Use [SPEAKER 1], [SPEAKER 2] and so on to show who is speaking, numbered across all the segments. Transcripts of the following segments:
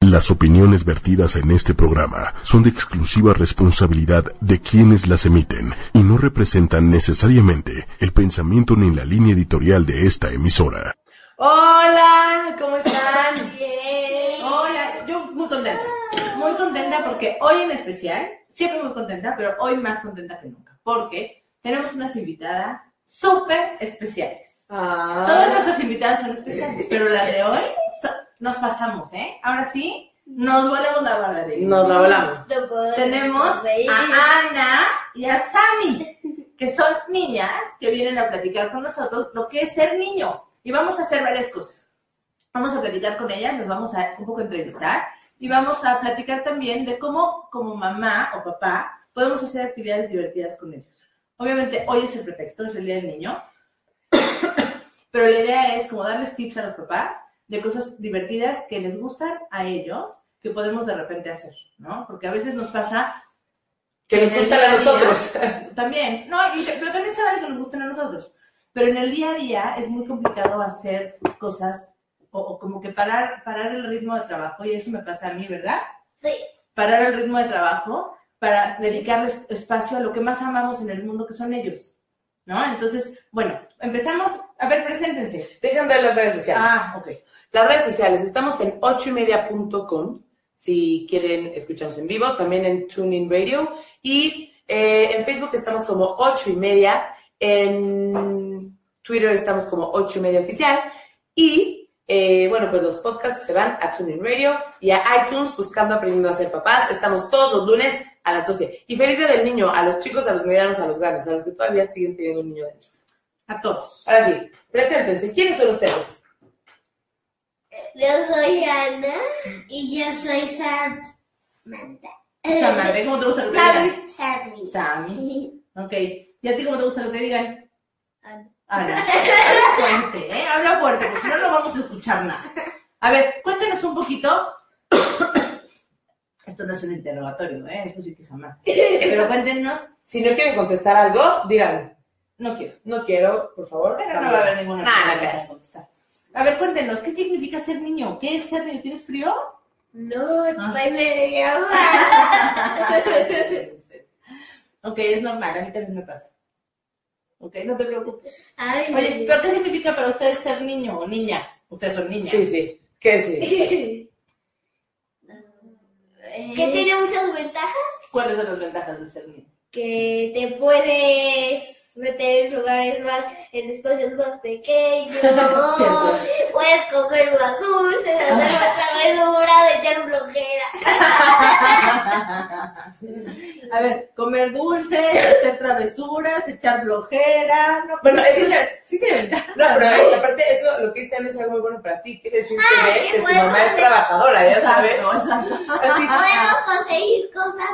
[SPEAKER 1] Las opiniones vertidas en este programa son de exclusiva responsabilidad de quienes las emiten y no representan necesariamente el pensamiento ni la línea editorial de esta emisora.
[SPEAKER 2] Hola, ¿cómo están?
[SPEAKER 3] Bien.
[SPEAKER 2] Hola, yo muy contenta. Muy contenta porque hoy en especial, siempre muy contenta, pero hoy más contenta que nunca. Porque tenemos unas invitadas súper especiales.
[SPEAKER 4] Ah,
[SPEAKER 2] Todas nuestras invitadas son especiales, pero las de hoy so- nos pasamos, ¿eh? Ahora sí, nos volvemos la barra de
[SPEAKER 4] Nos la volamos.
[SPEAKER 2] Tenemos a Ana y a Sami, que son niñas que vienen a platicar con nosotros lo que es ser niño. Y vamos a hacer varias cosas. Vamos a platicar con ellas, nos vamos a un poco entrevistar y vamos a platicar también de cómo como mamá o papá podemos hacer actividades divertidas con ellos. Obviamente hoy es el pretexto, es el Día del Niño, pero la idea es como darles tips a los papás de cosas divertidas que les gustan a ellos que podemos de repente hacer, ¿no? Porque a veces nos pasa
[SPEAKER 4] Que nos gustan a nosotros.
[SPEAKER 2] también, no, y- pero también se vale que nos gusten a nosotros. Pero en el día a día es muy complicado hacer cosas o, o como que parar, parar el ritmo de trabajo, y eso me pasa a mí, ¿verdad?
[SPEAKER 3] Sí.
[SPEAKER 2] Parar el ritmo de trabajo para dedicarles espacio a lo que más amamos en el mundo, que son ellos. ¿No? Entonces, bueno, empezamos. A ver, preséntense.
[SPEAKER 4] Dejen ver las redes sociales.
[SPEAKER 2] Ah, ok.
[SPEAKER 4] Las redes sociales, estamos en 8ymedia.com si quieren escucharnos en vivo, también en TuneIn Radio y eh, en Facebook estamos como 8 y media, en Twitter estamos como 8 y media oficial y eh, bueno, pues los podcasts se van a TuneIn Radio y a iTunes buscando aprendiendo a ser papás. Estamos todos los lunes a las 12. Y feliz día del niño, a los chicos, a los medianos, a los grandes, a los que todavía siguen teniendo un niño dentro.
[SPEAKER 2] A todos.
[SPEAKER 4] Ahora sí, preséntense, ¿quiénes son ustedes?
[SPEAKER 3] Yo soy Ana y yo soy Samantha. Eh,
[SPEAKER 2] Samantha, ¿cómo te gusta que te digan?
[SPEAKER 3] Sam- Sammy.
[SPEAKER 2] Sammy. Ok. ¿Y a ti cómo te gusta que te digan?
[SPEAKER 3] Ana.
[SPEAKER 2] Ana, habla fuerte, ¿eh? Habla fuerte, porque si no, no vamos a escuchar nada. A ver, cuéntanos un poquito. Esto no es un interrogatorio, ¿eh? Eso sí que jamás. Pero cuéntenos,
[SPEAKER 4] Si no quieren contestar algo, digan,
[SPEAKER 2] no quiero.
[SPEAKER 4] no quiero, por favor.
[SPEAKER 2] Pero no va a haber ninguna pregunta
[SPEAKER 4] Nada,
[SPEAKER 2] para contestar. A ver, cuéntenos, ¿qué significa ser niño? ¿Qué es ser niño? ¿Tienes frío?
[SPEAKER 3] No,
[SPEAKER 2] Ah.
[SPEAKER 3] estoy nerviosa.
[SPEAKER 2] ok, es normal, a mí también me pasa. Ok, no te preocupes.
[SPEAKER 3] Ay,
[SPEAKER 2] Oye, ¿pero qué significa para ustedes ser niño o niña? Ustedes son niñas.
[SPEAKER 4] Sí, sí. ¿Qué sí?
[SPEAKER 3] que tiene muchas ventajas.
[SPEAKER 2] ¿Cuáles son las ventajas de ser niño?
[SPEAKER 3] Que te puedes meter en lugares más, en espacios más pequeños.
[SPEAKER 2] Cierto.
[SPEAKER 3] puedes comer más dulces, hacer más travesuras, echar flojera.
[SPEAKER 2] A ver, comer dulces, hacer travesuras, echar flojera. No,
[SPEAKER 4] Bueno,
[SPEAKER 2] sí,
[SPEAKER 4] eso
[SPEAKER 2] sí,
[SPEAKER 4] es-
[SPEAKER 2] sí tiene ventaja.
[SPEAKER 4] No, pero eh, aparte eso, lo que dicen es algo muy bueno para ti. Quiere decir que,
[SPEAKER 3] Ay,
[SPEAKER 4] ve
[SPEAKER 3] qué
[SPEAKER 4] que su
[SPEAKER 3] bueno.
[SPEAKER 4] mamá es trabajadora, ya sabes.
[SPEAKER 2] Exacto, exacto.
[SPEAKER 4] Así,
[SPEAKER 3] Podemos conseguir cosas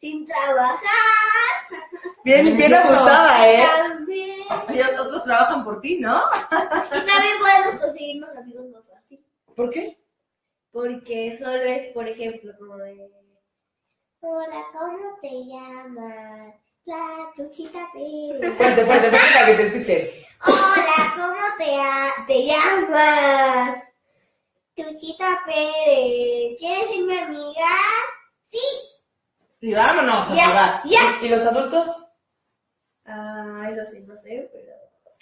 [SPEAKER 3] sin trabajar.
[SPEAKER 4] bien, bien
[SPEAKER 2] Exacto.
[SPEAKER 4] abusada, ¿eh?
[SPEAKER 3] También.
[SPEAKER 2] Oye, otros trabajan por ti, ¿no?
[SPEAKER 3] Y también podemos conseguirnos amigos más fácil.
[SPEAKER 4] ¿Por qué?
[SPEAKER 3] Porque solo es, por ejemplo, como de. Hola, ¿cómo te llamas? La chuchita Pérez.
[SPEAKER 4] Fuerte, fuerte, fuerte para que te escuchen.
[SPEAKER 3] Hola, ¿cómo te, ha- te llamas? Chuchita Pérez. ¿Quieres ser mi amiga? Sí.
[SPEAKER 2] Y vámonos a
[SPEAKER 3] Ya,
[SPEAKER 2] jugar.
[SPEAKER 3] ya.
[SPEAKER 4] ¿Y los adultos?
[SPEAKER 3] Ah, eso sí, no sé, pero.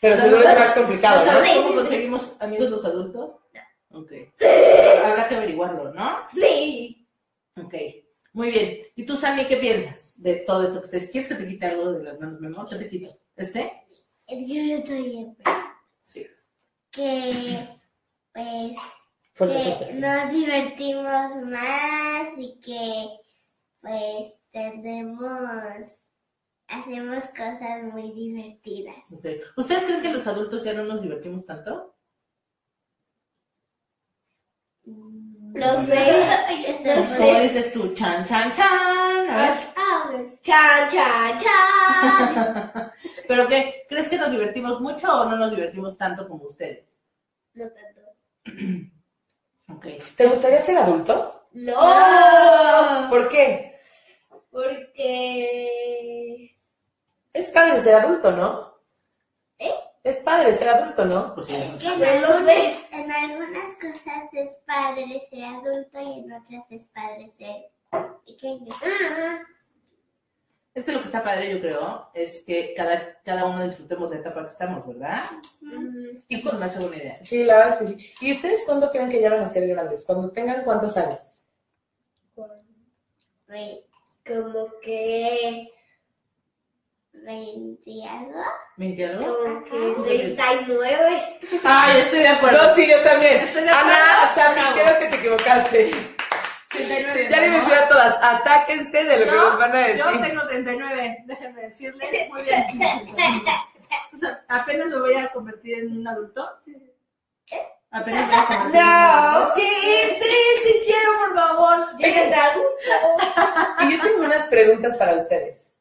[SPEAKER 4] Pero
[SPEAKER 2] Los
[SPEAKER 4] seguro es
[SPEAKER 2] adultos-
[SPEAKER 4] más complicado,
[SPEAKER 2] ¿No
[SPEAKER 4] ¿no?
[SPEAKER 2] sabes cómo conseguimos amigos los adultos? No. Ok. Habrá que averiguarlo, ¿no?
[SPEAKER 3] Sí.
[SPEAKER 2] Ok. Muy bien. ¿Y tú, Sammy, qué piensas de todo esto que ustedes? ¿Quieres que te quite algo de las manos, mi amor? Yo te quito. ¿Este?
[SPEAKER 3] Yo estoy bien.
[SPEAKER 2] Sí.
[SPEAKER 3] Que. Pues.
[SPEAKER 4] Fuerte,
[SPEAKER 3] que
[SPEAKER 4] fuerte.
[SPEAKER 3] nos divertimos más y que pues tenemos, hacemos cosas muy divertidas.
[SPEAKER 2] Ok. ¿Ustedes creen que los adultos ya no nos divertimos tanto?
[SPEAKER 3] Lo sé.
[SPEAKER 2] Pues,
[SPEAKER 3] Esto
[SPEAKER 2] ¿Cómo
[SPEAKER 3] es
[SPEAKER 2] dices tú? Chan, chan, chan. A ver,
[SPEAKER 3] ¡Ah! Chan, chan, chan.
[SPEAKER 2] ¿Pero qué? ¿Crees que nos divertimos mucho o no nos divertimos tanto como ustedes?
[SPEAKER 3] No tanto.
[SPEAKER 2] Ok.
[SPEAKER 4] ¿Te gustaría ser adulto?
[SPEAKER 3] No,
[SPEAKER 4] ¿Por qué?
[SPEAKER 3] porque
[SPEAKER 4] Es padre ser adulto, ¿no?
[SPEAKER 3] ¿Eh?
[SPEAKER 4] Es padre ser adulto, ¿no?
[SPEAKER 2] Pues sí,
[SPEAKER 3] en algunas, en algunas cosas cosas es padre ser adulto y en otras es padre ser pequeño.
[SPEAKER 2] Es que lo que está padre, yo creo, es que cada, cada uno disfrutemos la etapa que estamos, ¿verdad?
[SPEAKER 3] Mm.
[SPEAKER 2] Y con más buena idea.
[SPEAKER 4] Sí, la verdad es que sí. ¿Y ustedes cuándo creen que ya van a ser grandes? ¿Cuando tengan cuántos años?
[SPEAKER 3] Ve- Como que 20 algo,
[SPEAKER 2] ¿20 algo?
[SPEAKER 3] como que 39.
[SPEAKER 2] Ay, estoy de acuerdo.
[SPEAKER 4] No, sí, yo también.
[SPEAKER 2] Estoy de acuerdo.
[SPEAKER 4] Ana, Sammy,
[SPEAKER 2] Bravo.
[SPEAKER 4] creo que te equivocaste.
[SPEAKER 2] 39,
[SPEAKER 4] Ya le
[SPEAKER 2] ¿no?
[SPEAKER 4] decía a todas, atáquense de lo que
[SPEAKER 2] Yo-
[SPEAKER 4] nos van a
[SPEAKER 2] Yo
[SPEAKER 4] decir.
[SPEAKER 2] tengo 39, déjenme decirles. Muy bien. O sea, apenas me voy a convertir en un adulto. Apenas me voy a convertir en un adulto. Sí, sí, sí quiero, por favor.
[SPEAKER 3] ¿Eres
[SPEAKER 4] Y yo tengo unas preguntas para ustedes.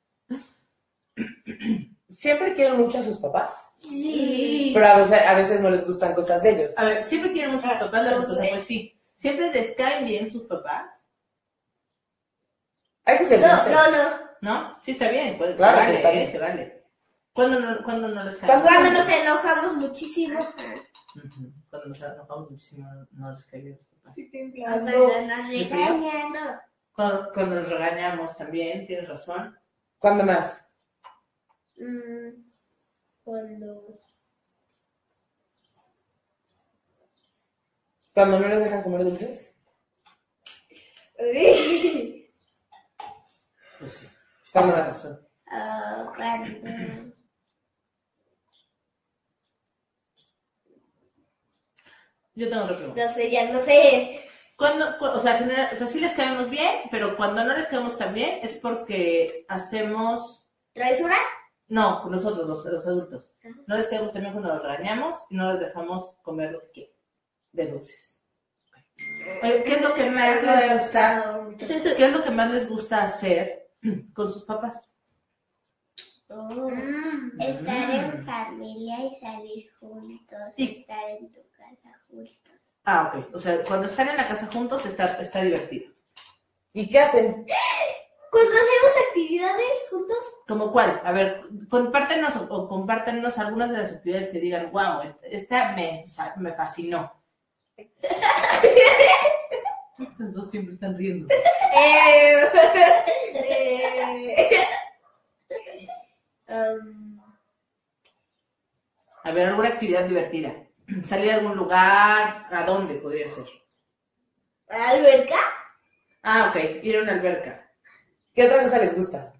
[SPEAKER 4] ¿Siempre quieren mucho a sus papás?
[SPEAKER 3] Sí.
[SPEAKER 4] Pero a veces, a veces no les gustan cosas de ellos.
[SPEAKER 2] A ver, siempre quieren mucho a
[SPEAKER 4] Ah,
[SPEAKER 2] sus papás, la respuesta
[SPEAKER 4] Sí.
[SPEAKER 2] fue sí. Siempre les caen bien sus papás,
[SPEAKER 4] Hay que ser
[SPEAKER 3] No,
[SPEAKER 4] sinceros.
[SPEAKER 3] no, no.
[SPEAKER 2] ¿no? Sí, está bien, pues,
[SPEAKER 4] Claro
[SPEAKER 2] se
[SPEAKER 4] que
[SPEAKER 2] vale,
[SPEAKER 4] está
[SPEAKER 2] eh,
[SPEAKER 4] bien.
[SPEAKER 2] se vale. ¿Cuándo no, cuándo no les caen?
[SPEAKER 4] ¿Cuándo?
[SPEAKER 3] Cuando nos enojamos muchísimo.
[SPEAKER 2] Ujú, Cuando nos enojamos muchísimo, no- no les caen bien sus papás.
[SPEAKER 3] Cuando nos regañan, no.
[SPEAKER 2] Cuando, cuando nos regañamos también, tienes razón.
[SPEAKER 4] ¿Cuándo más?
[SPEAKER 3] Mm, Cuando.
[SPEAKER 4] ¿Cuándo no les dejan comer dulces?
[SPEAKER 2] Pues sí,
[SPEAKER 4] ¿Cuándo
[SPEAKER 2] tienes
[SPEAKER 4] más?
[SPEAKER 2] razón.
[SPEAKER 3] Ah, cuando.
[SPEAKER 2] Yo tengo otra pregunta.
[SPEAKER 3] No sé, ya no sé.
[SPEAKER 2] Cuando, cu- o, sea, genera- o sea, sí les caemos bien, pero cuando no les caemos tan bien es porque hacemos,
[SPEAKER 3] ¿Travesura?
[SPEAKER 2] no, con nosotros, los, los adultos, no les caemos también cuando los regañamos y no les dejamos comer lo que quieren, de dulces. Oye, ¿Qué es lo que más les gusta? ¿Qué es lo que más les gusta hacer con sus papás?
[SPEAKER 3] Mm, Estar en familia y salir juntos.
[SPEAKER 2] Sí.
[SPEAKER 3] Estar en tu casa juntos.
[SPEAKER 2] Ah, ok. O sea, cuando están en la casa juntos está, está divertido.
[SPEAKER 4] ¿Y qué hacen?
[SPEAKER 3] Cuando hacemos actividades juntos.
[SPEAKER 2] ¿Como cuál? A ver, compártenos o, o compártenos algunas de las actividades que digan, wow, esta, esta me, o sea, me fascinó. Estas dos siempre están riendo.
[SPEAKER 3] Um,
[SPEAKER 2] A ver, alguna actividad divertida. Salir a algún lugar, ¿a dónde podría ser?
[SPEAKER 3] ¿Alberca?
[SPEAKER 2] Ah, ok, ir a una alberca.
[SPEAKER 4] ¿Qué otra cosa les gusta?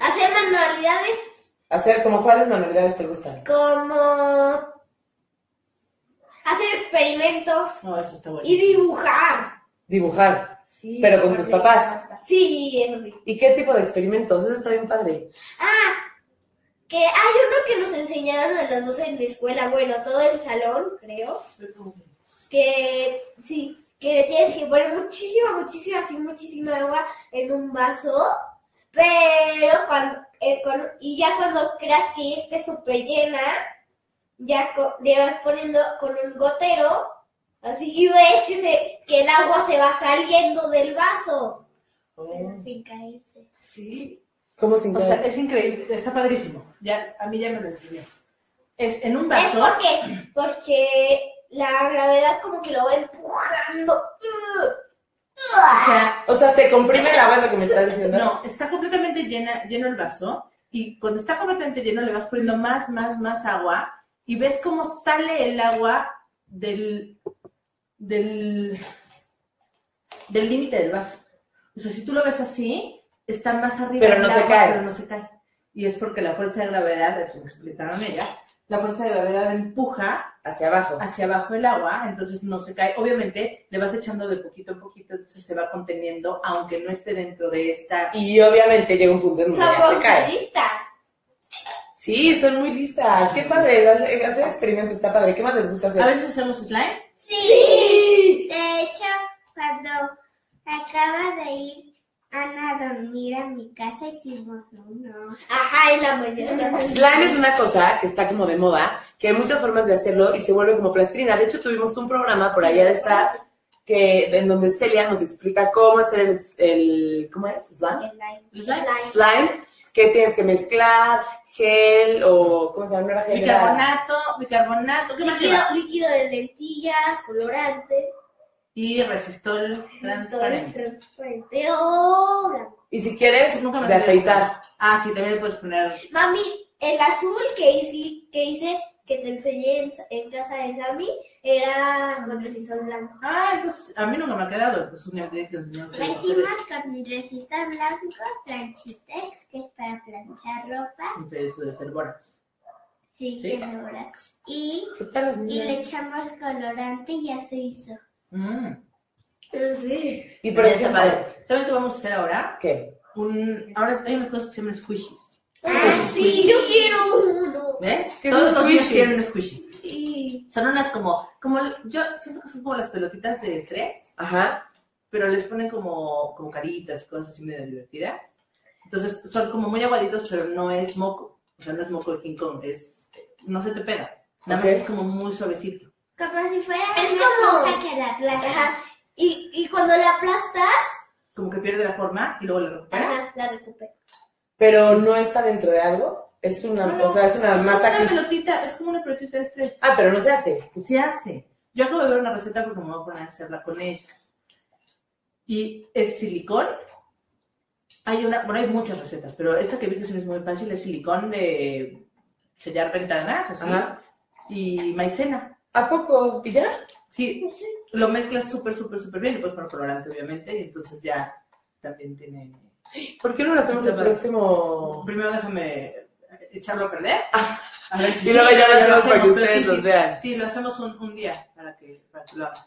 [SPEAKER 3] Hacer manualidades
[SPEAKER 4] Hacer como cuáles manualidades te gustan.
[SPEAKER 3] como. Hacer experimentos
[SPEAKER 2] No, eso está bueno.
[SPEAKER 3] y dibujar.
[SPEAKER 4] Dibujar. Pero con tus papás.
[SPEAKER 3] Sí, eso sí.
[SPEAKER 4] ¿Y qué tipo de experimentos? Eso está bien padre.
[SPEAKER 3] Ah, que hay uno que nos enseñaron a las dos en la escuela, bueno, todo el salón, creo, que sí, que le tienes que poner muchísima, muchísima, así muchísima agua en un vaso, pero cuando, eh, cuando- y ya cuando creas que ya esté súper llena, ya co- le vas poniendo con un gotero, así y ves que, se, que el agua se va saliendo del vaso. Pero sin caerse.
[SPEAKER 2] Sí.
[SPEAKER 4] ¿Cómo sin
[SPEAKER 2] O sea,
[SPEAKER 4] quedar?
[SPEAKER 2] es increíble, está padrísimo. Ya, a mí ya me lo enseñó. Es en un
[SPEAKER 3] Es
[SPEAKER 2] vaso.
[SPEAKER 3] porque, porque la gravedad como que lo va empujando.
[SPEAKER 2] O sea,
[SPEAKER 4] O sea, se comprime la banda que me estás diciendo.
[SPEAKER 2] No, está completamente llena, lleno el vaso y cuando está completamente lleno le vas poniendo más, más, más agua y ves cómo sale el agua del del del límite del vaso. O sea, si tú lo ves así, está más arriba
[SPEAKER 4] Pero no
[SPEAKER 2] del
[SPEAKER 4] se cae.
[SPEAKER 2] pero no se cae. Y es porque la fuerza de gravedad, eso me explicaron ella, la fuerza de gravedad empuja
[SPEAKER 4] Hacia abajo.
[SPEAKER 2] hacia abajo el agua, entonces no se cae. Obviamente le vas echando de poquito en poquito, entonces se va conteniendo, aunque no esté dentro de esta.
[SPEAKER 4] Y obviamente llega un punto en donde ya se
[SPEAKER 3] Somos
[SPEAKER 4] cae.
[SPEAKER 3] realistas.
[SPEAKER 4] Sí, son muy listas. Qué padre. Hacer, hacer experimentos está padre. ¿Qué más les gusta hacer?
[SPEAKER 2] A veces hacemos slime.
[SPEAKER 3] Sí. De hecho, cuando acaba de ir Ana a dormir a mi casa hicimos uno. Ajá, en la mañana.
[SPEAKER 4] Slime es una cosa que está como de moda, que hay muchas formas de hacerlo y se vuelve como plastrina. De hecho, tuvimos un programa por allá de estas que en donde Celia nos explica cómo hacer el, el- ¿cómo es? Slime.
[SPEAKER 3] El live.
[SPEAKER 2] Slime.
[SPEAKER 3] Live.
[SPEAKER 4] Slime, que tienes que mezclar, gel o, ¿cómo se llama? No era gel, era-
[SPEAKER 2] Bicarbonato, bicarbonato, ¿qué más
[SPEAKER 5] Líquido,
[SPEAKER 2] lleva?
[SPEAKER 5] líquido de lentillas, colorante,
[SPEAKER 2] Y resistol transparente.
[SPEAKER 3] pues,
[SPEAKER 5] transparente o blanco.
[SPEAKER 4] Y si quieres,
[SPEAKER 2] Nunca me
[SPEAKER 4] de
[SPEAKER 2] salió.
[SPEAKER 4] afeitar.
[SPEAKER 2] Ah, sí, también le puedes poner.
[SPEAKER 5] Mami, el azul que hice, que hice que te enseñé en, en casa de Sammy era con resistor blanco.
[SPEAKER 2] Ay, pues a mí nunca me ha quedado. Pues un día me tienen que enseñar a hacer
[SPEAKER 3] Las
[SPEAKER 2] eso.
[SPEAKER 3] cimas con resistor blanco, planchitex, que es para planchar ropa,
[SPEAKER 2] Entonces, eso debe ser borax.
[SPEAKER 3] sí,
[SPEAKER 2] Sí.
[SPEAKER 3] tiene borax. Y,
[SPEAKER 4] ¿Qué tal los
[SPEAKER 3] y le
[SPEAKER 4] niños?
[SPEAKER 3] echamos colorante y ya se hizo.
[SPEAKER 2] Mm.
[SPEAKER 5] Ah, Sí.
[SPEAKER 4] Y por
[SPEAKER 2] está
[SPEAKER 4] ejemplo,
[SPEAKER 2] padre. ¿Saben qué vamos a hacer ahora?
[SPEAKER 4] ¿qué?
[SPEAKER 2] Un, ahora hay unas cosas que se llaman squishies.
[SPEAKER 5] Ah, sí, yo quiero uno.
[SPEAKER 2] ¿Ves?
[SPEAKER 4] ¿Qué es
[SPEAKER 2] Todos
[SPEAKER 4] un
[SPEAKER 2] los niños
[SPEAKER 4] squishy?
[SPEAKER 2] quieren un squishy.
[SPEAKER 5] Sí.
[SPEAKER 2] Son unas como, como, yo siento que son como las pelotitas de estrés.
[SPEAKER 4] Ajá.
[SPEAKER 2] pero les ponen como, como caritas y cosas así medio divertidas. Entonces son como muy aguaditos, pero no es moco. O sea, no es moco el King Kong, es, no se te pega. Nada
[SPEAKER 4] Ok.
[SPEAKER 2] más es como muy suavecito.
[SPEAKER 3] Como si fuera
[SPEAKER 5] Es
[SPEAKER 3] una
[SPEAKER 5] como-
[SPEAKER 3] copa que la aplastas.
[SPEAKER 5] Ajá. Y, y cuando la aplastas,
[SPEAKER 2] Como que pierde la forma y luego la recupera.
[SPEAKER 5] ajá, la recuperas.
[SPEAKER 4] Pero no está dentro de algo. Es una,
[SPEAKER 2] No, no,
[SPEAKER 4] o sea, es una masa
[SPEAKER 2] Es
[SPEAKER 4] que...
[SPEAKER 2] una pelotita, es como una pelotita de estrés.
[SPEAKER 4] Ah, pero no se hace.
[SPEAKER 2] Pues se hace. Yo acabo de ver una receta porque me voy a poner a hacerla con ellos. Y es silicón. Hay una, bueno, hay muchas recetas, pero esta que vi que se me es muy fácil es silicón de sellar ventanas, así.
[SPEAKER 4] Ajá.
[SPEAKER 2] Y maicena.
[SPEAKER 4] ¿A poco? ¿Y ya?
[SPEAKER 2] Sí, lo mezclas súper, súper, súper bien. Y pues poner colorante, obviamente. Y entonces ya también tiene.
[SPEAKER 4] ¿Por qué no lo hacemos
[SPEAKER 2] Se
[SPEAKER 4] el
[SPEAKER 2] va.
[SPEAKER 4] próximo...?
[SPEAKER 2] Primero déjame echarlo a perder.
[SPEAKER 4] Ah,
[SPEAKER 2] A ver
[SPEAKER 4] Y luego ya lo hacemos para que
[SPEAKER 2] pero
[SPEAKER 4] ustedes
[SPEAKER 2] sí,
[SPEAKER 4] los
[SPEAKER 2] sí.
[SPEAKER 4] vean.
[SPEAKER 2] Sí, lo hacemos un, un día para que, para que lo hagan.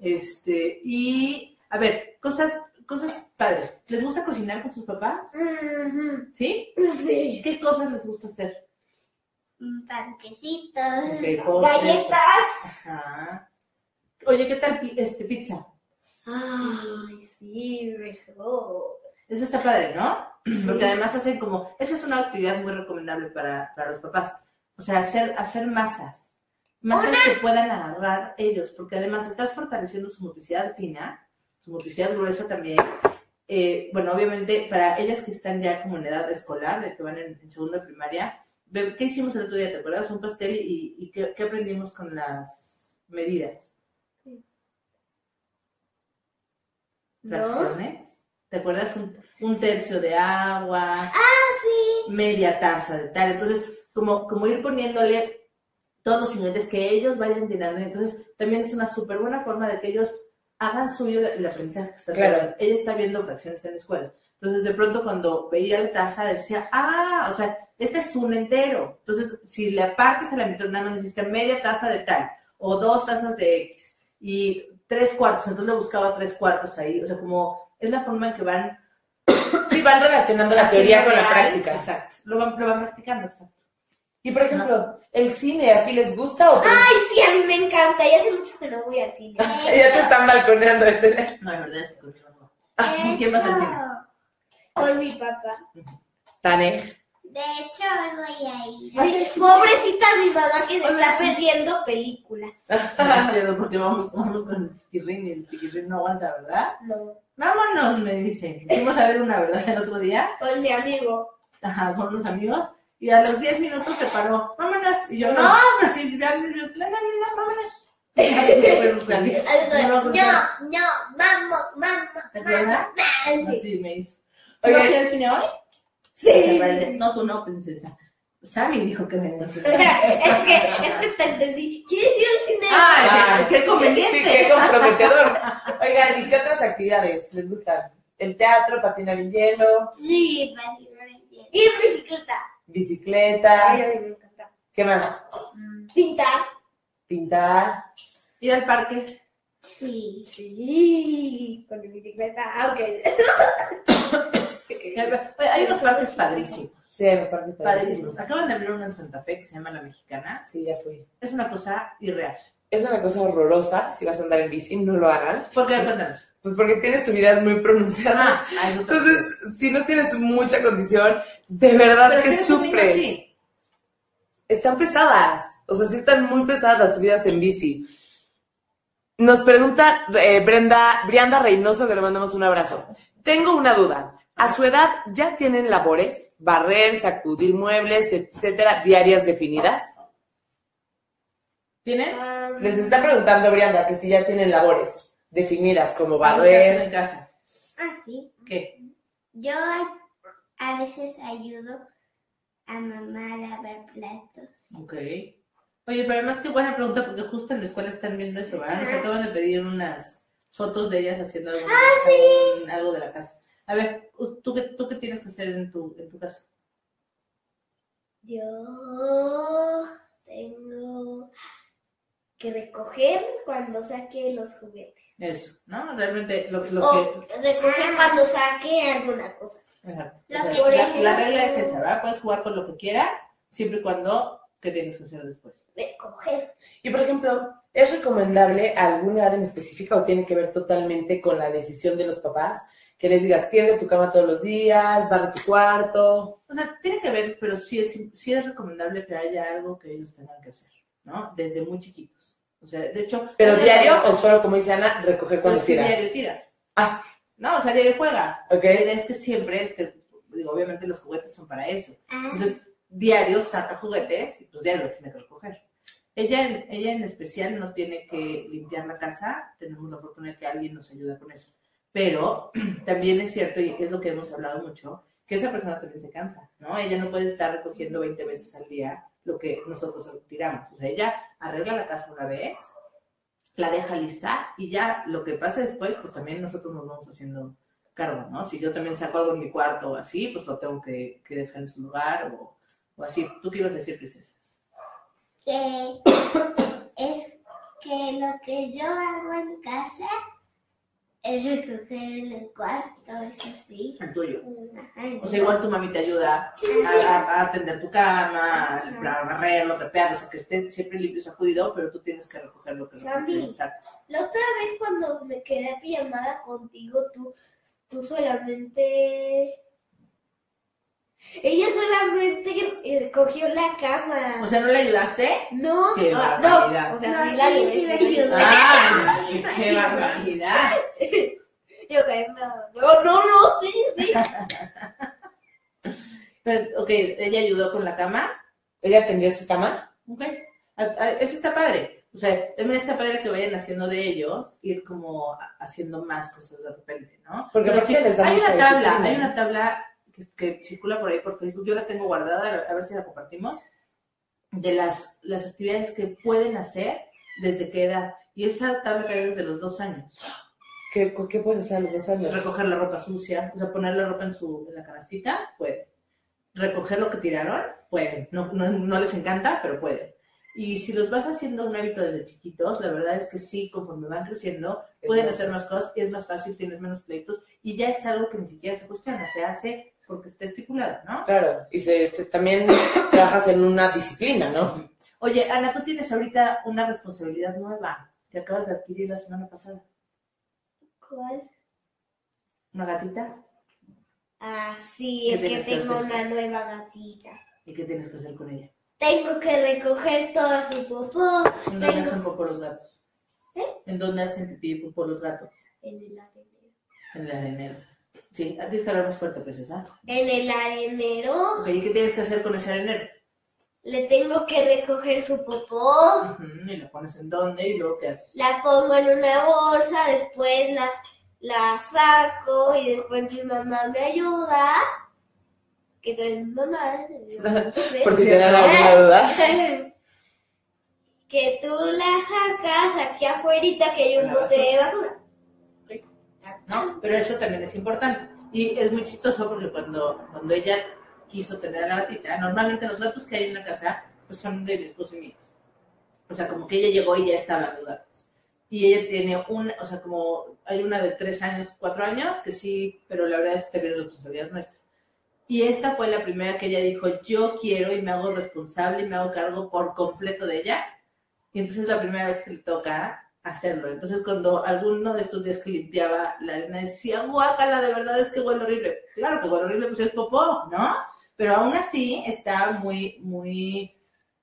[SPEAKER 2] Este, y a ver, cosas, cosas padres. ¿Les gusta cocinar con sus papás?
[SPEAKER 5] Ujú.
[SPEAKER 2] ¿Sí?
[SPEAKER 5] Sí.
[SPEAKER 2] ¿Qué cosas les gusta hacer?
[SPEAKER 3] Mm, Panquecitos.
[SPEAKER 2] Ok, postres,
[SPEAKER 5] Galletas.
[SPEAKER 2] Ajá. Oye, ¿qué tal pi- este, pizza?
[SPEAKER 5] Ay, sí, mejor.
[SPEAKER 2] Eso está padre, ¿no? Porque además hacen como, esa es una actividad muy recomendable para, para los papás. O sea, hacer, hacer masas. Masas que puedan agarrar ellos, porque además estás fortaleciendo su motricidad fina, su motricidad gruesa también. Eh, bueno, obviamente, para ellas que están ya como en edad escolar, de que van en, en segundo de primaria, ve- ¿qué hicimos el otro día? ¿Te acuerdas? Un pastel y, y ¿qué, qué aprendimos con las medidas? ¿Fracciones? ¿Te acuerdas? Un, un tercio de agua. media taza de tal. Entonces, como, como ir poniéndole todos los ingredientes que ellos vayan tirando. Entonces, también es una súper buena forma de que ellos hagan suyo el aprendizaje que está
[SPEAKER 4] Claro.
[SPEAKER 2] teniendo. Ella está viendo fracciones en la escuela. Entonces, de pronto, cuando veía la taza, decía, ah, o sea, este es un entero. Entonces, si le apartes a la mitad, nada más hiciste media taza de tal, o dos tazas de X, y tres cuartos. Entonces, le buscaba tres cuartos ahí. O sea, como es la forma en que van
[SPEAKER 4] Sí, van relacionando la
[SPEAKER 2] haciendo
[SPEAKER 4] teoría con la
[SPEAKER 2] real.
[SPEAKER 4] práctica.
[SPEAKER 2] Exacto. Lo van, lo van practicando, exacto.
[SPEAKER 4] Y por ejemplo, ¿el cine así les gusta o te-
[SPEAKER 5] Ay, sí, a mí me encanta. Ya hace mucho que no voy al cine.
[SPEAKER 4] ya te están balconeando ese?
[SPEAKER 2] No, la verdad es que conmigo no. ¿Quién
[SPEAKER 3] De
[SPEAKER 2] vas al
[SPEAKER 3] hecho,
[SPEAKER 2] cine?
[SPEAKER 5] Con mi papá.
[SPEAKER 4] Tane.
[SPEAKER 3] de hecho, hoy voy a ir.
[SPEAKER 5] Pobrecita mi mamá que se
[SPEAKER 2] Oye,
[SPEAKER 5] está
[SPEAKER 2] sí.
[SPEAKER 5] perdiendo películas.
[SPEAKER 2] No, yo no, porque vamos, vamos con el chiquirrín y el chiquirrín no aguanta, ¿verdad?
[SPEAKER 5] No.
[SPEAKER 2] Vámonos, me dice. Fuimos a ver una, ¿verdad? El otro día,
[SPEAKER 5] Con mi amigo.
[SPEAKER 2] ajá, con unos amigos, y a los 10 minutos se paró. Vámonos. Y yo, no, pero sí, sí, vean, no, no, no, no, vámonos. pues, No,
[SPEAKER 5] Algo de,
[SPEAKER 2] pues,
[SPEAKER 5] no, pues no, vamos, vamos,
[SPEAKER 2] ¿Te acuerdas?
[SPEAKER 5] vamos.
[SPEAKER 2] Así me dice.
[SPEAKER 4] Oye.
[SPEAKER 2] Ah, ¿No fui al cine hoy? Se
[SPEAKER 5] Sí.
[SPEAKER 2] parece. No, tú no, princesa. Sammy dijo que me
[SPEAKER 5] es que, es que te entendí. ¿Quieres ir al cine?
[SPEAKER 2] Ay, qué conveniente.
[SPEAKER 4] Sí, qué comprometedor. Oigan, ¿y qué otras actividades les gustan? El teatro, patinar en hielo,
[SPEAKER 5] Sí. Ir en bicicleta. Ay,
[SPEAKER 4] bicicleta,
[SPEAKER 5] a mí me encanta.
[SPEAKER 4] ¿qué más?
[SPEAKER 5] Pintar.
[SPEAKER 4] Pintar.
[SPEAKER 2] Ir al parque.
[SPEAKER 5] Sí. Sí. Con mi bicicleta. Ah, ok.
[SPEAKER 2] Ir al par- Oye, Hay unos parques padrísimos.
[SPEAKER 4] Sí, en los parques
[SPEAKER 2] Padrísimos.
[SPEAKER 4] padrísimos.
[SPEAKER 2] Acaban de abrir uno en Santa Fe que se llama La Mexicana.
[SPEAKER 4] Sí, ya fui.
[SPEAKER 2] Es una cosa irreal.
[SPEAKER 4] Es una cosa horrorosa si vas a andar en bici, no lo hagan.
[SPEAKER 2] ¿Por qué? Cuéntanos.
[SPEAKER 4] Pues porque tiene subidas muy pronunciadas.
[SPEAKER 2] Ah, eso te-
[SPEAKER 4] Entonces, si no tienes mucha condición, de verdad
[SPEAKER 2] Pero si
[SPEAKER 4] que
[SPEAKER 2] eres un niño,
[SPEAKER 4] sufres.
[SPEAKER 2] sí.
[SPEAKER 4] están pesadas. O sea, sí están muy pesadas las subidas en bici. Nos pregunta eh, Brenda, Brianda Reynoso, que le mandamos un abrazo. Tengo una duda. A su edad ya tienen labores, barrer, sacudir muebles, etcétera, diarias definidas.
[SPEAKER 2] ¿Tienen?
[SPEAKER 4] Les está preguntando Brianda que si ya tienen labores definidas como barrer.
[SPEAKER 2] en casa.
[SPEAKER 3] Ah, sí.
[SPEAKER 2] ¿Qué?
[SPEAKER 3] Yo a, a veces ayudo a mamá a lavar platos.
[SPEAKER 2] Ok. Oye, pero además qué buena pregunta, porque justo en la escuela están viendo eso, ¿verdad? Nos acaban de pedir unas fotos de ellas haciendo algo,
[SPEAKER 4] Ah,
[SPEAKER 2] algo- algo de la casa. A ver, ¿tú qué, tú qué tienes que hacer en tu, en tu casa?
[SPEAKER 5] Yo Ah, tengo que recoger cuando saque los juguetes.
[SPEAKER 2] Eso, ¿no? Realmente lo, lo
[SPEAKER 5] O
[SPEAKER 4] Oh.
[SPEAKER 2] que...
[SPEAKER 5] recoger cuando saque alguna cosa.
[SPEAKER 2] Ajá.
[SPEAKER 5] lo
[SPEAKER 2] O sea,
[SPEAKER 5] que- por
[SPEAKER 2] la-
[SPEAKER 5] ejemplo-
[SPEAKER 2] la regla es esa, ¿verdad? Puedes jugar con lo que quieras, siempre y cuando que tienes que hacer después.
[SPEAKER 5] Recoger.
[SPEAKER 4] Y por ejemplo, ¿es recomendable alguna edad en específica o tiene que ver totalmente con la decisión de los papás? Que les digas, tiende tu cama todos los días, barre tu cuarto.
[SPEAKER 2] O sea, tiene que ver, pero sí es, sí es recomendable que haya algo que ellos tengan que hacer, ¿no? Desde muy chiquitos. O sea, de hecho...
[SPEAKER 4] Pero
[SPEAKER 2] Pero
[SPEAKER 4] diario o solo, como dice Ana, recoger
[SPEAKER 2] Pero
[SPEAKER 4] cuando
[SPEAKER 2] es que
[SPEAKER 4] quiera.
[SPEAKER 2] diario tira.
[SPEAKER 4] Ah.
[SPEAKER 2] No, o sea, diario juega.
[SPEAKER 4] Ok.
[SPEAKER 2] La idea es que siempre, este, digo, obviamente los juguetes son para eso.
[SPEAKER 3] Ah,
[SPEAKER 2] Entonces, diario saca juguetes y pues diario los tiene que recoger. Ella en, ella en especial no tiene que limpiar la casa, tenemos la fortuna de que alguien nos ayuda con eso. Pero también es cierto, y es lo que hemos hablado mucho, que esa persona también se cansa, ¿no? Ella no puede estar recogiendo 20 veces al día lo que nosotros tiramos. O sea, ella arregla la casa una vez, la deja lista y ya lo que pasa después, pues también nosotros nos vamos haciendo cargo, ¿no? Si yo también saco algo en mi cuarto o así, pues lo tengo que, que dejar en su lugar o, o así. ¿Tú qué ibas a decir, princesa?
[SPEAKER 3] que es que lo que yo hago en casa es recoger en el cuarto, eso sí.
[SPEAKER 2] El tuyo.
[SPEAKER 3] Ajá,
[SPEAKER 2] O sea, igual tu mami te ayuda a, a- a atender tu cama, a limpiar, a barrer, los repeados, o sea, que esté siempre limpio y sacudido, pero tú tienes que recoger lo que lo
[SPEAKER 5] Mami.
[SPEAKER 2] que sacas.
[SPEAKER 5] La otra vez cuando me quedé pijamada contigo, tú, tú solamente... Ella solamente recogió la
[SPEAKER 2] O
[SPEAKER 5] cama.
[SPEAKER 2] sea, ¿no le ayudaste?
[SPEAKER 5] no,
[SPEAKER 2] qué
[SPEAKER 5] ah,
[SPEAKER 2] barbaridad.
[SPEAKER 5] no, o
[SPEAKER 3] No,
[SPEAKER 5] sea, sí,
[SPEAKER 3] sí,
[SPEAKER 5] la ayudé,
[SPEAKER 3] sí,
[SPEAKER 5] sí,
[SPEAKER 3] la
[SPEAKER 5] la
[SPEAKER 3] ayudé.
[SPEAKER 5] ayudé.
[SPEAKER 2] ¡Ah! ¡Qué, qué barbaridad!
[SPEAKER 5] Yo que no, no, no, no, sí, sí.
[SPEAKER 2] Pero, ok, ella ayudó con la cama.
[SPEAKER 4] ¿Ella tendría su cama?
[SPEAKER 2] Ok. A- a- Eso está padre. O sea, también está padre que vayan haciendo de ellos, ir como a- haciendo más cosas de repente, ¿no?
[SPEAKER 4] Porque
[SPEAKER 2] Pero
[SPEAKER 4] aparte les da
[SPEAKER 2] hay
[SPEAKER 4] mucha
[SPEAKER 2] una tabla,
[SPEAKER 4] disciplina,
[SPEAKER 2] hay
[SPEAKER 4] ¿no?
[SPEAKER 2] una tabla que, que circula por ahí por Facebook, yo la tengo guardada, a ver si la compartimos, de las, las actividades que pueden hacer desde qué edad. Y esa tabla que hay desde los dos años.
[SPEAKER 4] ¿Qué, qué puedes hacer a los dos años?
[SPEAKER 2] Recoger la ropa sucia, o sea, poner la ropa en, su, en la canastita, puede. Recoger lo que tiraron, puede. No, no, no les encanta, pero puede. Y si los vas haciendo un hábito desde chiquitos, la verdad es que sí, conforme van creciendo,
[SPEAKER 4] Es
[SPEAKER 2] pueden
[SPEAKER 4] más
[SPEAKER 2] hacer más
[SPEAKER 4] fácil.
[SPEAKER 2] cosas, es más fácil, tienes menos pleitos, y ya es algo que ni siquiera se cuestiona, se hace porque está estipulado, ¿no?
[SPEAKER 4] Claro, y se- se- también trabajas en una disciplina, ¿no?
[SPEAKER 2] Oye, Ana, tú tienes ahorita una responsabilidad nueva que acabas de adquirir la semana pasada.
[SPEAKER 5] ¿Cuál?
[SPEAKER 2] Una gatita.
[SPEAKER 5] Ah, sí,
[SPEAKER 2] ¿Qué
[SPEAKER 5] es que
[SPEAKER 2] tienes que
[SPEAKER 5] tengo
[SPEAKER 2] hacer?
[SPEAKER 5] una nueva gatita.
[SPEAKER 2] ¿Y qué tienes que hacer con ella?
[SPEAKER 5] Tengo que recoger toda su popó
[SPEAKER 2] ¿En dónde
[SPEAKER 5] Tengo-
[SPEAKER 2] hacen popó los gatos? ¿En dónde hacen pipí y popó los gatos?
[SPEAKER 5] en el arenero.
[SPEAKER 2] En el arenero. Sí, tienes que hablar más fuerte, princesa.
[SPEAKER 5] En el arenero
[SPEAKER 2] Ok, ¿y qué tienes que hacer con ese arenero?
[SPEAKER 5] le tengo que recoger su popó.
[SPEAKER 2] Ujú, Y lo pones en dónde y luego qué haces.
[SPEAKER 5] la pongo en una bolsa, después la, la saco y después mi mamá me ayuda. Que trae mi mamá.
[SPEAKER 4] Por si tienen
[SPEAKER 5] ¿eh?
[SPEAKER 4] alguna duda.
[SPEAKER 5] que tú la sacas aquí afuera que hay
[SPEAKER 2] En
[SPEAKER 5] un
[SPEAKER 2] la
[SPEAKER 5] bote de basura.
[SPEAKER 2] ¿no? Pero eso también es importante. Y es muy chistoso porque cuando, cuando ella quiso tener a la gatita, normalmente los gatos que hay en la casa pues son de mi esposo y míos. O sea, como que ella llegó y ya estaban los gatos. Y ella tiene una, o sea, como hay una de tres años, cuatro años, que sí, pero la verdad es que también es responsabilidad nuestra. Y esta fue la primera que ella dijo, yo quiero y me hago responsable y me hago cargo por completo de ella. Y entonces es la primera vez que le toca hacerlo. Entonces cuando alguno de estos días que limpiaba la arena decía, guácala, de verdad es que huele horrible. Claro que huele horrible, pues es popó, ¿no? Pero aún así está muy, muy,